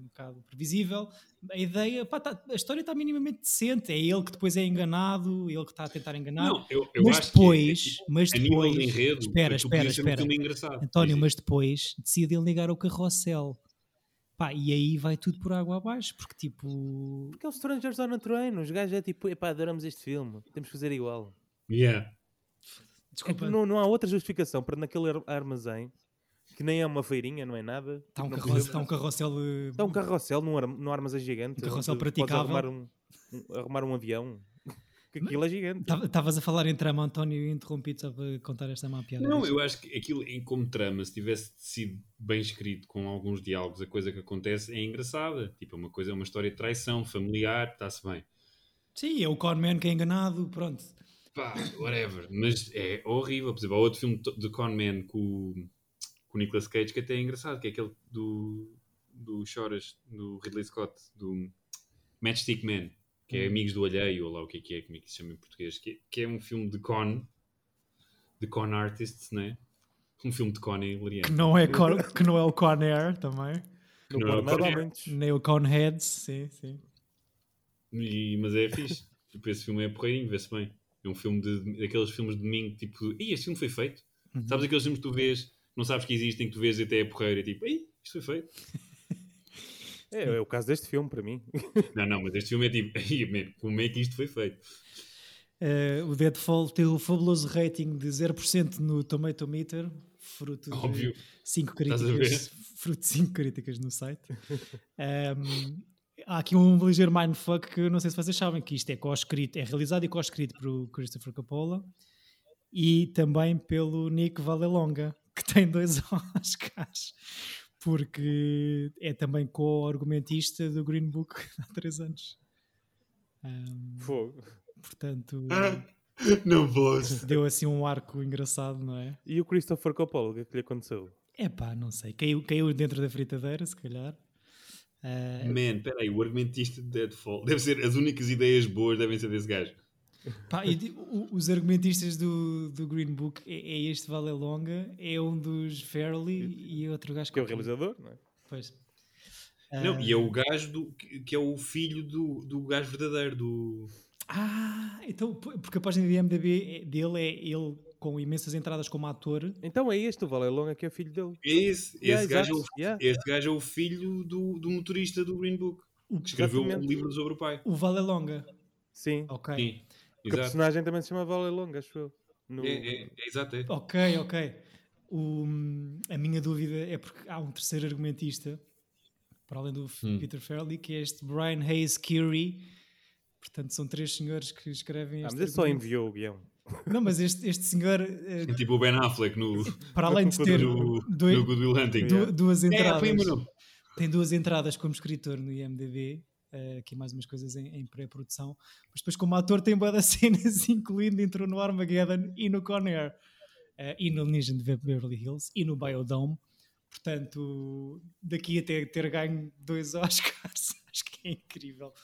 B: um bocado previsível, a ideia, pá, tá- a história está minimamente decente, é ele que depois é enganado, ele que está a tentar enganar.
C: Não, eu, eu
B: mas
C: acho que é-
B: depois,
C: é tipo,
B: mas
C: a nível de
B: depois,
C: enredo,
B: espera,
C: aquilo podia
B: espera,
C: ser um
B: espera.
C: filme engraçado.
B: António,
C: Diz
B: mas depois decidem ligar ao carrossel. Pá, e aí vai tudo por água abaixo, porque tipo,
D: Porque é o Strangers on a Train. Os gajos é tipo, epá, adoramos este filme. Temos que fazer igual.
C: isso. Yeah.
D: É que
B: desculpa,
D: não, não há outra justificação para naquele ar- armazém, que nem é uma feirinha, não é nada.
B: está um,
D: Não
B: carrossel,
D: precisa-
B: está um carrossel, eh,
D: Está um carrossel num, ar, num armazém gigante.
B: Um carrossel
D: onde podes
B: praticável.
D: Arrumar um, um- arrumar um avião. Que aquilo é gigante.
B: Tava- Estavas a falar em trama, António, e interrompi-te só para contar esta má piada.
C: Não, eu acho que aquilo, em como trama, se tivesse sido bem escrito com alguns diálogos, a coisa que acontece é engraçada. Tipo, é uma coisa, é uma história de traição, familiar, está-se bem.
B: Sim, é o Conman que é enganado, pronto.
C: Pá, whatever. Mas é horrível. Por exemplo, há outro filme to- de Conman com o com o o Nicolas Cage, que até é engraçado, que é aquele do, do Choras, do Ridley Scott, do Matchstick Man, que é Amigos do Alheio, ou lá o que é que é, como é que se chama em português, que, que é um filme de con, de con artists, né? Um filme de con é hilariante.
B: Que não é, con, que não é o Con Air também,
D: No
C: Não,
D: Pornhub há
C: qualquer-
D: muitos.
B: nem o Con Heads, sim, sim.
C: E- mas é fixe. tipo, esse filme é porreirinho, vê-se bem. É um filme de, daqueles filmes de domingo, tipo, e este filme foi feito.
D: Uhum.
C: Sabes aqueles filmes que tu vês, não sabes que existem, que tu vês e até é porreiro, e tipo, ei, isto foi feito.
D: É, é o caso deste filme, para mim.
C: não, não, mas este filme é tipo, "Ei, man, como é que isto foi feito?
B: Eh, o Deadfall teve o fabuloso rating de 0% no Tomato Meter, fruto
C: Óbvio.
B: de 5
C: Estás a
B: críticas, fruto de 5 críticas no site. Ahm, há aqui um ligeiro mindfuck que eu não sei se vocês sabem, que isto é co-escrito, é realizado e co-escrito por Christopher Coppola e também pelo Nick Vallelonga, que tem dois Oscars, porque é também co-argumentista do Green Book há 3 anos. Ahm,
D: Fogo.
B: portanto
C: Ah. não posso.
B: deu assim um arco engraçado, não é?
D: E o Christopher Coppola, o que é que lhe aconteceu?
B: É pá, não sei. Caiu, caiu dentro da fritadeira, se calhar.
D: É.
B: Ah,
C: Man, peraí, o argumentista de Deadfall. Deve ser, as únicas ideias boas devem ser desse gajo.
B: pá, eu digo, o- os argumentistas do, do Green Book é, é este Vale Longa, é um dos Fairly e outro gajo
D: Que é o
B: qualquer.
D: realizador, não é?
B: Pois. Ah,
C: Não, e é o gajo do, que, que é o filho do, do gajo verdadeiro, do.
B: Ah, então, po- porque a página de IMDb é- dele é ele com imensas entradas como ator.
D: Então é este, o Valelonga, que é filho dele.
C: Esse, esse,
D: Yeah,
C: gajo, é o,
D: exato, yeah.
C: esse gajo é o filho do, do motorista do Green Book.
B: O,
C: que escreveu um
D: Exatamente.
C: livro sobre o pai.
B: o Vale Longa.
D: Sim.
C: Ah,
B: Ok.
C: Sim,
D: Que a
C: exato.
D: personagem também se chama Valelonga, acho eu. No... Ah,
C: É, é, é, exato, é.
B: Ok, ok. O- a minha dúvida é porque há um terceiro argumentista, para além do F-
C: Hum.
B: Peter Farrelly, que é este Brian Hayes Curie. Portanto, são três senhores que escrevem
D: Ah,
B: este
D: mas ele só
B: argumento.
D: enviou o guião.
B: Não, mas este, este senhor, eh,
C: Tipo o Ben Affleck no,
B: para além de ter
C: no,
B: dois-
C: no Good Will Hunting.
B: du- duas
C: É,
B: entradas,
C: põe o meu nome.
B: tem duas entradas como escritor no IMDb, eh, aqui mais umas coisas em, em pré-produção, mas depois como ator tem boas cenas, incluindo entrou no Armageddon e no Con Air, eh, e no Ninja de Beverly Hills, e no Biodome, portanto, daqui até ter ganho dois Oscars, acho que é incrível.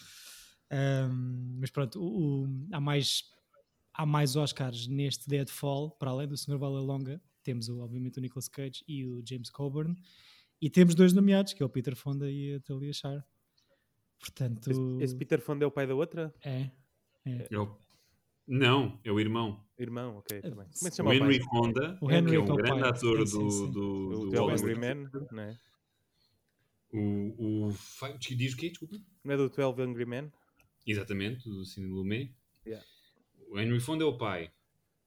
B: Ahm, mas pronto, o- o- há, mais, há mais Oscars neste Deadfall, para além do Sr. Longa, temos o- obviamente o Nicolas Cage e o James Coburn, e temos dois nomeados, que é o Peter Fonda e a Talia Shire. Portanto,
D: Esse, esse Peter Fonda é o pai da outra?
B: é.
C: É o- Não, é o irmão.
D: Irmão, ok, também. Como é que se
C: O
D: chama o
C: Henry
D: pai?
C: Fonda,
B: O
C: que
B: Henry
C: é
B: é
C: um
B: o
C: grande
B: pai,
C: ator
B: sim, sim,
C: do,
B: sim.
C: do,
D: O
C: do
D: Tell
C: Hollywood.
D: Angry Man, não é?
C: O, o... fa- Diz o quê? Desculpa.
D: Não é do 12 Angry Men?
C: Exatamente, do Cine Lumet.
D: Yeah.
C: O Henry Fonda é o pai.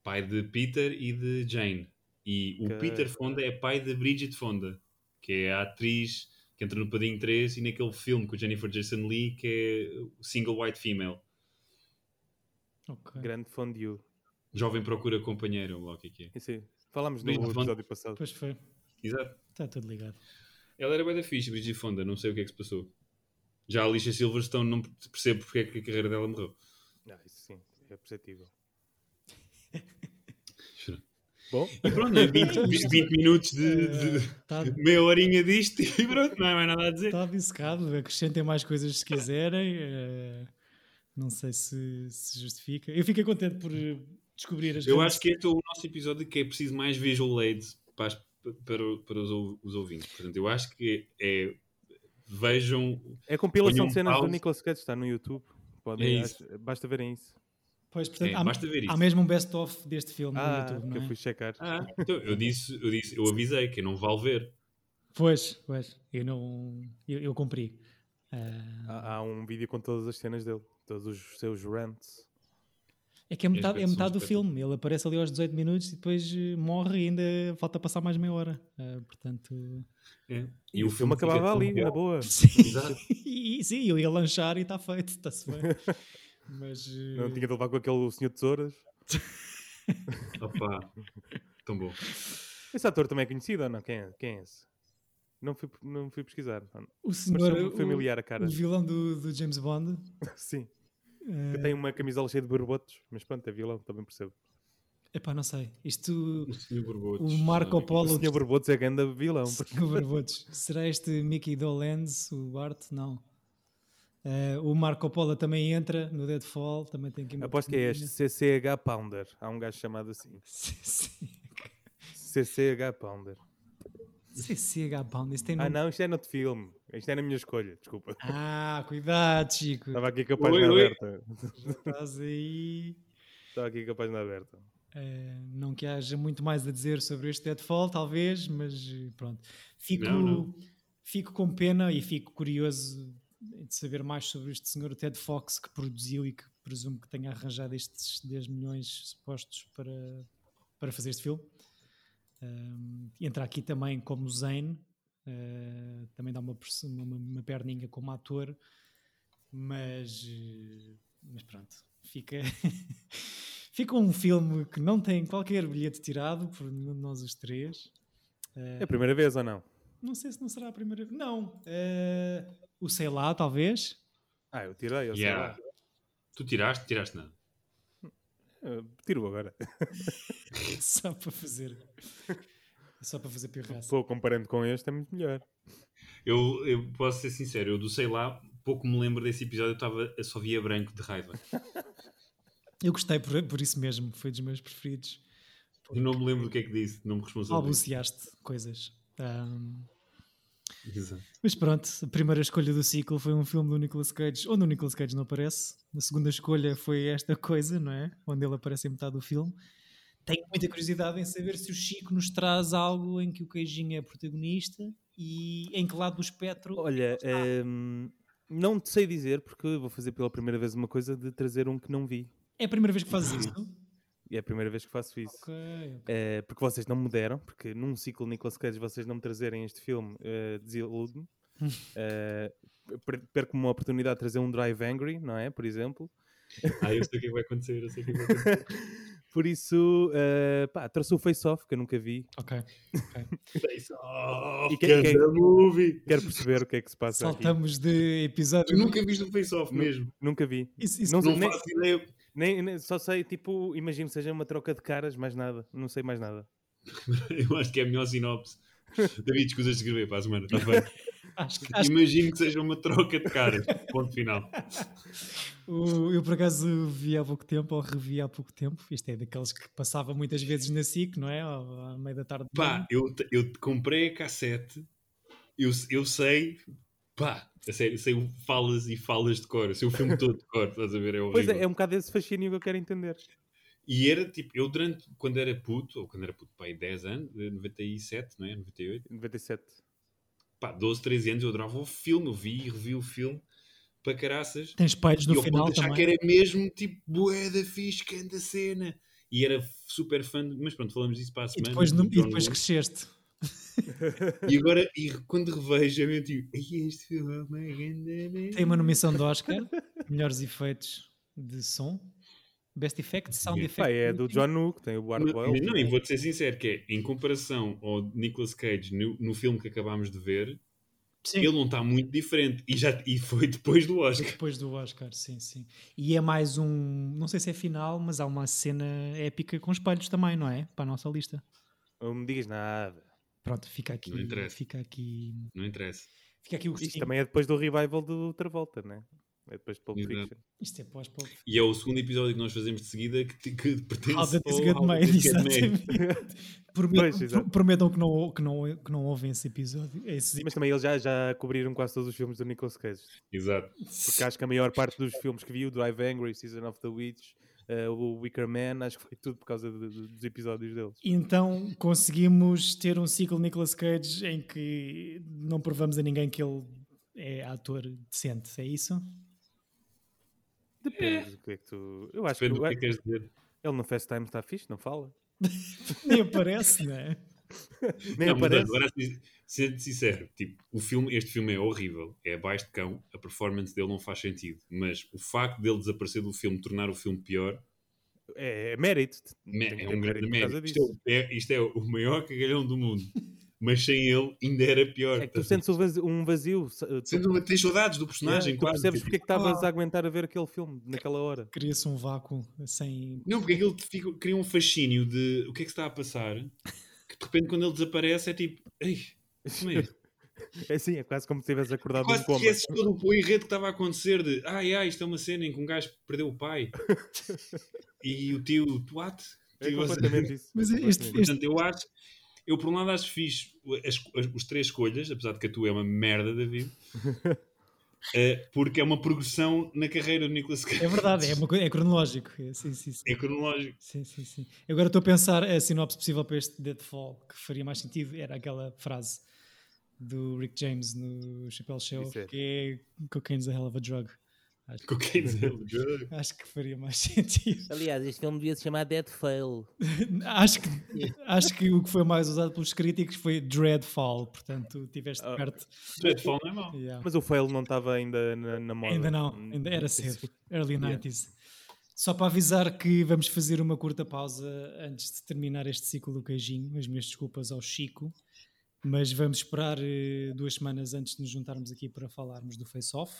C: Pai de Peter e de Jane. E o
D: Ok.
C: Peter Fonda é pai de Bridget Fonda, que é a atriz que entra no Padinho 3 e naquele filme com a Jennifer Jason Lee, que é o Single White Female.
B: Ok.
D: Grande Fondue.
C: Jovem procura companheiro, lá o que é que é.
D: Isso aí. Falámos no
C: Bem, Fonda.
D: episódio passado.
B: Pois foi.
C: Exato.
B: Está tudo ligado.
C: Ela era bem da fixe, Bridget Fonda, não sei o que é que se passou. Já a Alicia Silverstone não percebo porque é que a carreira dela morreu.
D: Ah, isso sim, é perceptível.
C: Juro.
D: Bom,
C: E pronto, né? 20, 20 minutos de, de-
B: Está
C: de meia horinha disto e pronto, não há mais nada a dizer.
B: tá obcecado. Acrescentem mais coisas se quiserem. eh, não sei se, se justifica. Eu fiquei contente por eh, descobrir as
C: Eu
B: grandes-
C: acho que este é o nosso episódio que é preciso mais visual aids para, as- para o- para os, ou- os ouvintes. Portanto, eu acho que é. Vejam.
D: é a compilação
C: Ponham
D: de cenas do
C: pause.
D: Nicolas Cage, está no YouTube.
C: um É
D: Podem,
C: isso.
D: acho- basta verem isso.
B: Pois, portanto,
C: É,
B: há,
C: basta ver
B: há
C: isso.
B: mesmo um best-of deste filme
D: Ah,
B: no YouTube,
D: que
B: não
D: eu
B: é?
D: fui checar.
C: Ah, então, eu disse, eu disse, eu avisei que eu não vale ver.
B: Pois, pois. Eu não. Eu, eu cumpri. Ah,
D: Há, há um vídeo com todas as cenas dele, todos os seus rants.
B: é que é metade, é
C: Espetáculo,
B: metade do
C: espetáculo.
B: filme. Ele aparece ali aos 18 minutos e depois eh, morre e ainda falta passar mais meia hora. Ah, portanto.
D: E, o filme,
C: fica
D: acabava
C: tão
D: ali, na
C: bom.
D: boa.
B: Sim,
C: Exato.
B: e, sim, eu ia lanchar e está feito, está-se bem. Mas. eh,
D: Não tipo, tinha de levar com aquele senhor de tesouras.
C: Opa, tão bom.
D: Esse ator também é conhecido ou não? Quem é, quem é esse? Não fui, não fui pesquisar.
B: O senhor.
D: Pareceu
B: o-
D: familiar a cara.
B: O vilão do, do James Bond.
D: Sim.
B: eh,
D: Que tem uma camisola cheia de borbotos, mas pronto, é vilão, também percebo.
B: Epá, não sei. Isto.
C: O Sr. Borbotes.
B: O Marco
D: O
B: Polo.
D: Sr. Borbotes é grande vilão. porque-
B: Senhor Barbotes. Será este Mickey Dolenz, o Bart? Não. Eh, o Marco Polo também entra no Deadfall. Também tem aqui uma
D: Aposto que é este,
B: pequenina.
D: CCH Pounder. Há um gajo chamado assim.
B: Sim, sim.
D: CCH Pounder.
B: CCH Bound. Isso tem
D: Ah,
B: nome.
D: não, isto é no filme. Isto é na minha escolha, desculpa.
B: Ah, cuidado, Chico.
D: Estava aqui com a
C: Oi,
D: página
C: oi.
D: aberta.
B: Estás aí.
D: Estava aqui com a página aberta.
B: Eh, não que haja muito mais a dizer sobre este Deadfall, talvez, mas eh, pronto. Fico,
C: Não, não.
B: fico com pena e fico curioso de saber mais sobre este senhor Ted Fox que produziu e que presumo que tenha arranjado estes 10 milhões supostos para, para fazer este filme. Ahm, entra aqui também como Zane, eh, também dá uma, pers- uma, uma perninha como ator, mas, eh, mas pronto, fica, fica um filme que não tem qualquer bilhete tirado por nenhum de nós os três. Eh,
D: É a primeira vez ou não?
B: Não sei se não será a primeira vez. Não. eh, o sei lá, talvez.
D: Ah, eu tirei, eu
C: Yeah.
D: sei
C: Tu tiraste? Tiraste nada.
D: lá. Eu Tiro Eh, agora.
B: Só para fazer. Só para fazer pirraça.
D: Estou comparando com este, é muito melhor.
C: Eu, eu posso ser sincero, eu do sei lá, pouco me lembro desse episódio, eu, tava, eu só via branco de raiva.
B: Eu gostei por, por isso mesmo. Foi dos meus preferidos.
C: Eu não me lembro do que é que disse, não me responsabilizo.
B: Albuciaste coisas. Ahm,
C: Exato.
B: mas pronto, a primeira escolha do ciclo foi um filme do Nicolas Cage, onde o Nicolas Cage não aparece. A segunda escolha foi esta coisa, não é? Onde ele aparece em metade do filme. Tenho muita curiosidade em saber se o Chico nos traz algo em que o Queijinho é protagonista e em que lado do espectro
D: Olha, ehm, não te sei dizer, porque eu vou fazer pela primeira vez uma coisa de trazer um que não vi.
B: É a primeira vez que fazes isso?
D: E é a primeira vez que faço isso.
B: Ok. ok.
D: Eh, porque vocês não me deram, porque num ciclo de Nicolas Cage vocês não me trazerem este filme, eh, desilude-me. Eh, per- perco uma oportunidade de trazer um Drive Angry, não é? Por exemplo.
C: Ah, eu sei o que é que vai acontecer, eu sei o que é que vai acontecer.
D: Por isso, eh, pá, trouxe o Face Off, que eu nunca vi.
B: Ok.
C: Face off,
D: E quem-
C: é que
D: quem-
C: movie!
D: Quero perceber o que é que se passa aqui.
B: Saltamos de
C: Tu
B: episódio.
C: nunca viste um face off
D: Nu-
C: mesmo.
D: Nunca vi.
B: Isso, isso-
D: Não sei,
C: Não
D: nem-
C: faço ideia.
D: Nem, nem- só sei, tipo, imagino que seja uma troca de caras, mais nada. Não sei mais nada.
C: Eu acho que é a melhor sinopse. David, escusas de escrever para a semana, está bem?
B: acho, que- acho
C: Imagino que seja uma troca de caras. Ponto final.
B: que o- eu por acaso vi há pouco tempo, ou revi há pouco tempo. Isto é daqueles que passava muitas vezes na SIC, não é? Ao, à meia da tarde.
C: Pá, eu, te- eu te comprei a cassete, eu, eu sei, pá, a sério, sei o falas e falas de cor, eu sei o filme todo de cor, estás a ver? É
D: Pois
C: horrível.
D: é, é um bocado esse fascínio que eu quero entender.
C: E era tipo, eu durante, quando era puto, ou quando era puto, pai, 10 anos, eh, 97, não é? 98,
D: 97.
C: pá, 12, 13 anos, eu adorava o filme, eu vi e revi o filme para caraças.
B: Tens peitos
C: e
B: no
C: eu
B: final
C: ponto de achar
B: também.
C: que era mesmo tipo, bué da fixe, grande cena. E era super fã, de- mas pronto, falamos disso para a
B: E
C: semana.
B: depois, no-
C: do
B: e
C: John
B: depois
C: Woo.
B: cresceste.
C: E agora, e quando revejo, é mesmo tipo, "Ei, este filme é uma grande
B: Tem uma nomeação do Oscar. Melhores efeitos de som. Best Effects, Sound Effects.
D: Pá, é do John Woo, que tem o Bart
C: Mas- mas
B: é
D: Boyle.
C: Não, e vou-te ser sincero, que é, em comparação ao Nicolas Cage no, no filme que acabámos de ver,
B: Sim.
C: ele não está muito diferente. E, já, e foi depois do Oscar.
B: Depois do Oscar, sim, sim. E é mais um. Não sei se é final, mas há uma cena épica com espelhos também, não é? Para a nossa lista.
D: Não me digas nada.
B: Pronto, fica aqui.
C: Não interessa.
B: Fica aqui.
C: Não interessa.
B: Fica aqui o
D: Isto
B: gostinho.
D: também é depois do revival do Travolta, né? É depois de Pulp
C: Exato.
D: Fiction.
B: Isto é pós-pop.
C: E é o segundo episódio que nós fazemos de seguida que, te- que pertence
B: How the
C: ao
B: Disney
C: How the
B: Made,
C: Disney Made.
B: exatamente. Prometam,
D: Pois, exato.
B: pro- prometam que, não, que, não, que não ouvem esse episódio. Esses
D: Mas também eles já, já cobriram quase todos os filmes do Nicolas Cage.
C: Exato.
D: Porque acho que a maior parte dos filmes que vi, o Drive Angry, Season of the Witch, eh, o Wicker Man, acho que foi tudo por causa de- de- dos episódios deles.
C: É.
B: Então conseguimos ter um ciclo de Nicolas Cage em que não provamos a ninguém que ele é ator decente, é isso?
D: Depende do que é que tu. Eu acho
C: Depende
D: que,
C: do
D: o-
C: que é que queres dizer.
D: ele no Fast Time está fixe, não fala.
B: Nem aparece, não é?
D: Nem
C: Não, mas
D: aparece.
C: Agora, se- sendo sincero, tipo, o filme, este filme é horrível, é abaixo de cão, a performance dele não faz sentido, mas o facto dele desaparecer do filme, tornar o filme pior,
D: É, é mérito.
C: Me-
D: Tem que
C: é
D: ter
C: um grande
D: por
C: mérito.
D: causa disso.
C: Isto é, é- isto é o maior cagalhão do mundo. mas sem ele ainda era pior.
D: É que tu sentes um vazio. Um vazio tu-
C: Sentes uma- tens saudades do personagem,
D: tu
C: quase.
D: percebes
C: tipo,
D: porque é que estavas a aguentar a ver aquele filme naquela hora.
B: Cria-se um vácuo sem.
C: Não, porque aquilo te fica- cria um fascínio de o que é que está a passar, que de repente quando ele desaparece é tipo, ei, como é?
D: É assim, é quase como se tivesse acordado de um
C: Quase
D: coma.
C: esqueces todo o enredo que estava a acontecer de ai ai, isto é uma cena em que um gajo perdeu o pai e o tio what?
D: É
C: Tio,
D: completamente isso.
B: Mas
D: É
B: este-
D: completamente isso.
C: Portanto, eu acho, eu por um lado acho fixe as, as- os três escolhas, apesar de que a tua é uma merda, David, eh, porque é uma progressão na carreira do Nicolas Cage.
B: É verdade, é, uma coi- é cronológico. É, Sim, sim, sim.
C: É cronológico.
B: Sim, sim, sim. Eu Agora estou a pensar a sinopse possível para este Deadfall que faria mais sentido era aquela frase do Rick James no Chappelle Show
D: Isso é.
B: que é Cocaine's a hell of a drug. Acho,
C: Cocaine
B: acho que faria mais sentido.
A: Aliás, este filme devia se chamar Dead Fail.
B: acho, que, acho que o que foi mais usado pelos críticos foi Dreadfall, portanto tiveste
A: Oh.
D: Ah.
B: perto.
C: Dreadful não é mau.
B: Yeah.
D: Mas o fail não estava ainda na, na moda.
B: Ainda não, ainda era
D: Sim.
B: cedo, early
D: Yeah.
B: 90s. Só para avisar que vamos fazer uma curta pausa antes de terminar este ciclo do queijinho, as minhas desculpas ao Chico, mas vamos esperar eh, duas semanas antes de nos juntarmos aqui para falarmos do Face Off.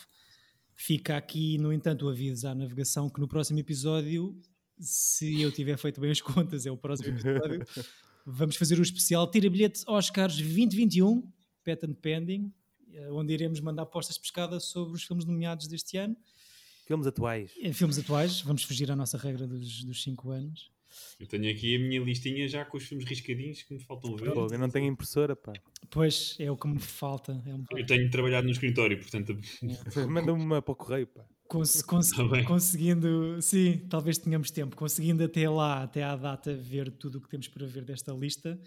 B: Fica aqui, no entanto, o aviso à navegação que no próximo episódio, se eu tiver feito bem as contas, é o próximo episódio, vamos fazer o especial Tira Bilhete Oscars 2021, Patent Pending, eh, onde iremos mandar postas de pescada sobre os filmes nomeados deste ano.
D: Filmes atuais.
B: Em filmes atuais, vamos fugir à nossa regra dos, dos cinco anos.
C: Eu tenho aqui a minha listinha já com os filmes riscadinhos que me faltam ver.
D: Fogo, eu não tenho impressora, pá.
B: Pois é o que me falta. É um
C: Eu tenho trabalhado no escritório, portanto,
D: Manda-me uma para o correio, pá.
B: cons- cons-
C: Tá bem.
B: conseguindo, sim, talvez tenhamos tempo, conseguindo até lá, até à data, ver tudo o que temos para ver desta lista.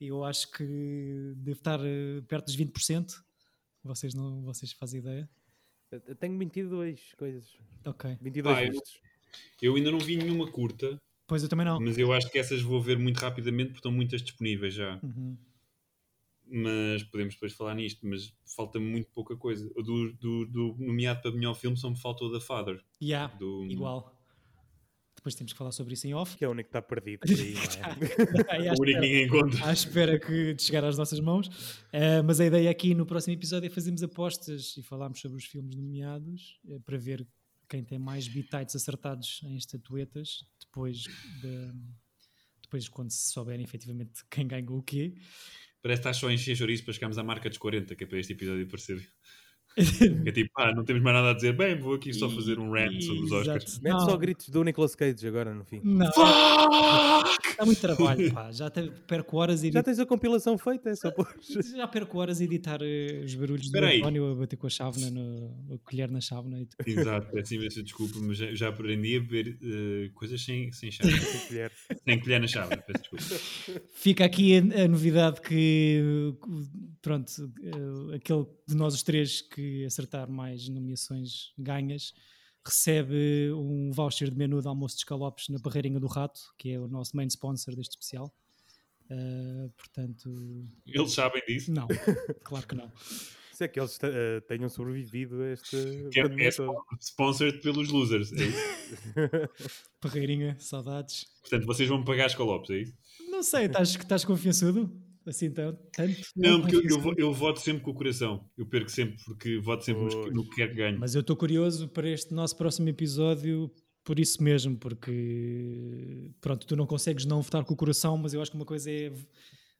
B: Eu acho que devo estar eh, perto dos 20%. Vocês não vocês fazem ideia?
D: Eu- eu tenho 22 coisas.
B: Ok.
D: 22
C: Pá, eu-
D: listas.
C: eu ainda não vi nenhuma curta,
B: Pois eu também não.
C: mas eu acho que essas vou ver muito rapidamente porque estão muitas disponíveis já.
B: Uhum.
C: Mas podemos depois falar nisto, mas falta-me muito pouca coisa. O Do, do, do nomeado para melhor filme só me faltou The Father.
B: Yeah,
C: Do...
B: igual. Depois temos que falar sobre isso em off.
D: Que é o único que está perdido por aí, não é?
B: Aí à
C: O único
B: espera-
C: que ninguém encontra.
B: à espera que de chegar às nossas mãos. Eh, mas a ideia aqui no próximo episódio é fazermos apostas e falarmos sobre os filmes nomeados eh, para ver quem tem mais bitites acertados em estatuetas depois da- Depois, quando se souberem efetivamente quem ganhou o quê,
C: Parece que estás só a encher chouriço para chegarmos à marca dos 40, que é para este episódio aparecer. Que é tipo, ah, não temos mais nada a dizer. Bem, vou aqui só fazer um rant sobre os
B: Exato.
C: Oscars.
D: Mete
B: Não.
D: só gritos do Nicolas Cage agora no fim.
B: Não, dá muito trabalho, pá. Já te- perco horas a
D: Já
B: editar,
D: tens a compilação feita, é só pôr.
B: já perco horas a editar eh, os barulhos do
C: Espera aí.
B: António a bater com a chávena, no, a colher na chávena e tudo.
C: Exato, peço imensa desculpa, mas já, já aprendi a beber eh, coisas sem, sem chave,
D: Colher.
C: sem colher na chave, peço desculpa.
B: Fica aqui a, a novidade que, uh, pronto, uh, aquele de nós os três que acertar mais nomeações ganhas recebe um voucher de menu de almoço de escalopes na Barreirinha do Rato, que é o nosso main sponsor deste especial. Uh, portanto,
C: Eles sabem disso.
B: não, claro que não.
D: Se é que eles te- eh, tenham sobrevivido a esta
C: Que é, é
D: pandemia toda.
C: spon- sponsored pelos losers, é isso?
B: Barreirinha, saudades.
C: Portanto, vocês vão pagar as colopes, é isso?
B: Não sei, estás, estás confiançudo? Assim, tão- tanto?
C: Não, porque eu, eu,
B: confiançudo.
C: vo- eu voto sempre com o coração. Eu perco sempre, porque voto sempre nos que- no que quer que ganhe.
B: Mas eu estou curioso para este nosso próximo episódio por isso mesmo, porque pronto, tu não consegues não votar com o coração, mas eu acho que uma coisa é v-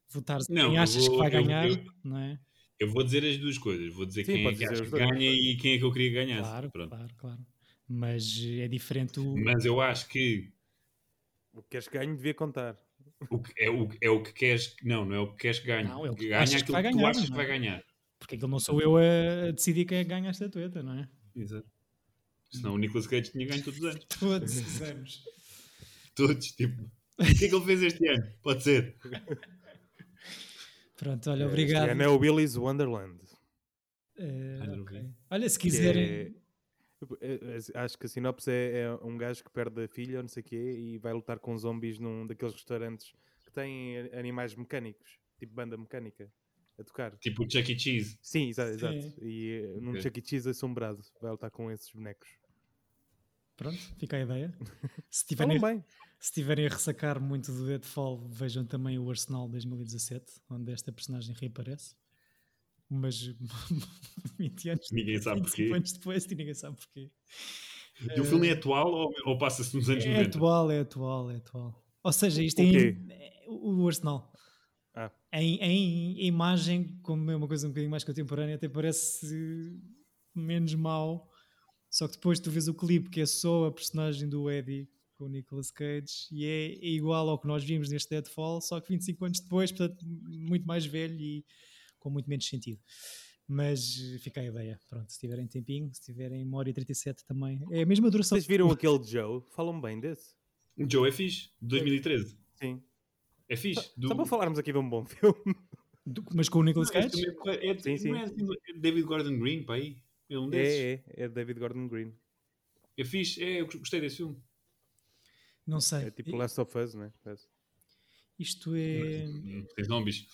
B: votar
C: Não,
B: quem
C: eu
B: achas
C: vou-
B: que vai
C: eu-
B: ganhar,
C: eu-
B: não é?
C: Eu vou dizer as duas coisas. Vou dizer
D: Sim,
C: quem é
D: pode
C: que
D: dizer
C: acho
D: os
C: que
D: dois.
C: ganha e quem é que eu queria ganhar.
B: Claro,
C: Pronto.
B: claro, claro. Mas é diferente o.
C: Mas eu acho que
D: O que queres ganho devia contar.
C: o que- é, o, é o que queres. Não, não é o que queres que ganhe.
B: Não, é o que
C: ganha
B: achas que
C: aquilo que,
B: vai
C: tu
B: ganhar,
C: achas que
B: não é?
C: vai ganhar.
B: Porque aquilo não sou eu a a decidir quem é que ganha a estatueta, não é?
C: Exato. Senão o Nicolas Cage tinha ganho todos os anos.
B: Todos os anos.
C: Todos, tipo. O que é que ele fez este ano? Pode ser.
B: Pronto, olha,
D: Eh,
B: obrigado.
D: Este ano é o Willy's Wonderland.
B: Eh,
C: Ah, não
B: ok.
C: vi.
B: Olha, se
D: que
B: quiserem.
D: é- é- é- Acho que a sinopse é, é um gajo que perde a filha ou não sei o quê e vai lutar com zombies num daqueles restaurantes que têm a- animais mecânicos, tipo banda mecânica, a tocar.
C: Tipo o Chuck E. Cheese.
D: Sim, exa- exato.
B: Sim.
D: E eh, num
C: Ok.
D: Chuck E. Cheese assombrado, vai lutar com esses bonecos.
B: Pronto, fica a ideia. Se tiverem,
D: Falam bem.
B: se tiverem a ressacar muito do Deadfall, vejam também o Arsenal 2017, onde esta personagem reaparece. Mas 20 anos,
C: Ninguém sabe
B: 25
C: porquê.
B: anos depois e ninguém sabe porquê.
C: E o filme é atual ou, ou passa-se nos anos
B: É
C: 90?
B: atual, é atual, é atual. Ou seja, isto
D: O
B: é em-
D: quê?
B: é o o Arsenal.
D: Ah.
B: Em, em imagem, como é uma coisa um bocadinho mais contemporânea, até parece menos mau. Só que depois tu vês o clipe que é só a personagem do Eddie com o Nicolas Cage e é, é igual ao que nós vimos neste Deadfall, só que 25 anos depois, portanto, muito mais velho e com muito menos sentido. Mas eh, fica a ideia. Pronto, se tiverem tempinho, se tiverem uma hora e 37 também. É a mesma duração.
D: Vocês viram aquele Joe? Falam bem desse?
C: O Joe é fixe, de 2013.
D: Sim.
C: É fixe.
D: Só para falarmos aqui de um bom filme.
B: Do- mas com o Nicolas
C: Não, é,
B: Cage?
C: é, é,
D: Sim, sim.
C: Não é, David Gordon Green, pá aí. É um desses. É,
D: É, é, é David Gordon Green.
C: fixe, é, eu gostei desse filme.
B: Não sei.
D: É tipo Last of Us, né? Parece.
B: Isto é,
C: Hum, Tem zombies.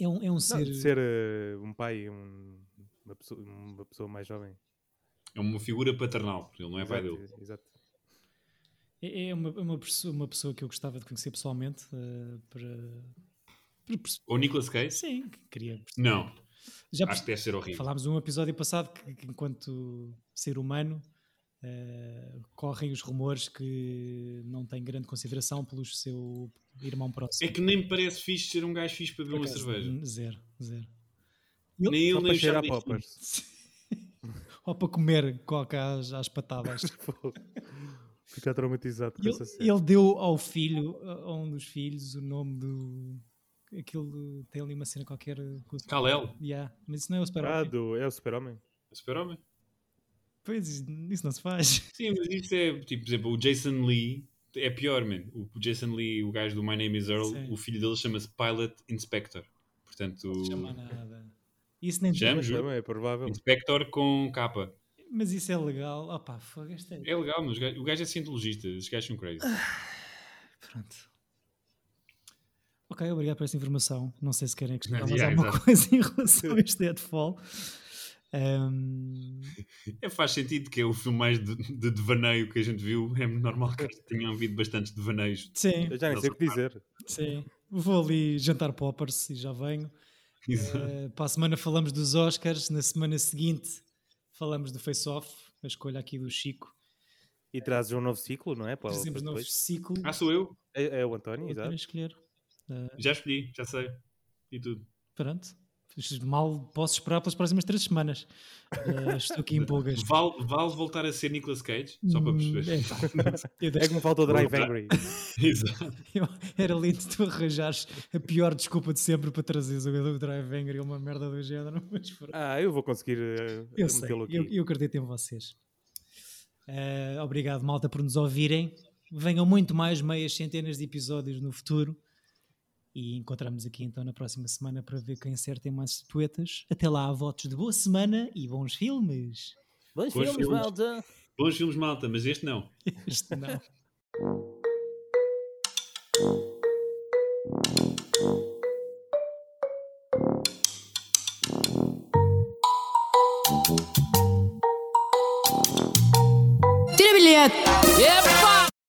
B: é, um, é um
D: Não,
B: ser.
D: de ser eh, um pai, um- uma, pessoa, uma pessoa mais jovem.
C: É uma figura paternal, porque ele não é pai
D: Exato,
C: dele.
D: Exato.
B: É é uma, é uma, pessoa, uma pessoa que eu gostava de conhecer pessoalmente. eh, para, para perce-
C: Ou Nicolas Cage?
B: Sim, que queria. perce-
C: Não,
B: Já
C: acho
B: perce-
C: que deve ser Ah, horrível.
B: falámos num episódio passado que, que enquanto ser humano, eh, correm os rumores que não tem grande consideração pelo seu irmão
C: É
B: próximo.
C: que nem me parece fixe ser um gajo fixe para beber
B: Por
C: uma
B: acaso,
C: cerveja.
B: Zero, zero.
C: Nem
D: Só
C: ele, nem
D: para
C: o
D: cheirar
C: Charlie Sheen.
D: poppers.
B: Ou para comer coca às, às patadas.
D: Ficar traumatizado com
B: Ele,
D: essa cena.
B: ele deu ao filho, a a um dos filhos, o nome do. Aquilo tem ali uma cena qualquer. com o-
C: Kal-El,
B: Yeah, mas isso não é o
D: Ah,
B: super
D: do- é o super-homem?
C: super-homem.
B: Pois, isso não se faz.
C: Sim, mas isso é, tipo, por exemplo, o Jason Lee é pior, man. O Jason Lee, o gajo do My Name is Earl,
B: Sim.
C: o filho dele chama-se Pilot Inspector. Portanto,
B: Não se chama nada. Isso nem
C: Chama, juro.
D: Também é provável.
C: Inspector com capa.
B: Mas isso é legal. Opa, fogo, esta é.
C: É legal, mas o gajo, o gajo é cientologista. Os gajos são crazy.
B: Pronto. Ok, obrigado por essa informação. Não sei se querem acrescentar mais
C: Yeah,
B: alguma
C: exato.
B: coisa em relação a este Deadfall. Ahm,
C: É, faz sentido que é o filme mais de, de devaneio que a gente viu. É normal que tenham havido bastantes devaneios.
B: sim,
D: Eu já nem sei o que dizer.
B: sim. Vou ali jantar poppers e já venho.
C: Exato.
B: Uh, para a semana falamos dos Oscars, na semana seguinte falamos do Face Off, a escolha aqui do Chico.
D: E trazes um novo ciclo, não é? Para, para
B: Fazemos novo
D: depois?
B: ciclo.
C: Ah, sou eu?
D: É, é o António,
B: Vou
D: exato.
B: ter a escolher.
C: Já escolhi, já sei. E tudo.
B: Pronto. Mal posso esperar pelas próximas três semanas. Uh, estou aqui em pulgas.
C: Vale, vale voltar a ser Nicolas Cage? Só para perceber.
B: Hum, é, pá, eu
D: É que
B: deixo-
D: me falta o Drive
C: Vou-
D: Angry.
C: Exato.
B: eu- era lindo tu arranjares a pior desculpa de sempre para trazeres o do Drive Angry ou uma merda do género. Mas pronto.
D: Ah, eu vou conseguir eh,
B: Eu sei,
D: metê-lo
B: eu,
D: aqui.
B: eu acredito em vocês. Eh, obrigado, malta, por nos ouvirem. Venham muito mais meias centenas de episódios no futuro. E encontramos aqui então na próxima semana para ver quem acerta em mais poetas. Até lá, votos de boa semana e bons filmes.
A: Bons
C: Bons
A: filmes,
C: filmes.
A: malta.
C: Bons filmes, malta, mas este não.
B: Este não.
E: Tira bilhete! Epa!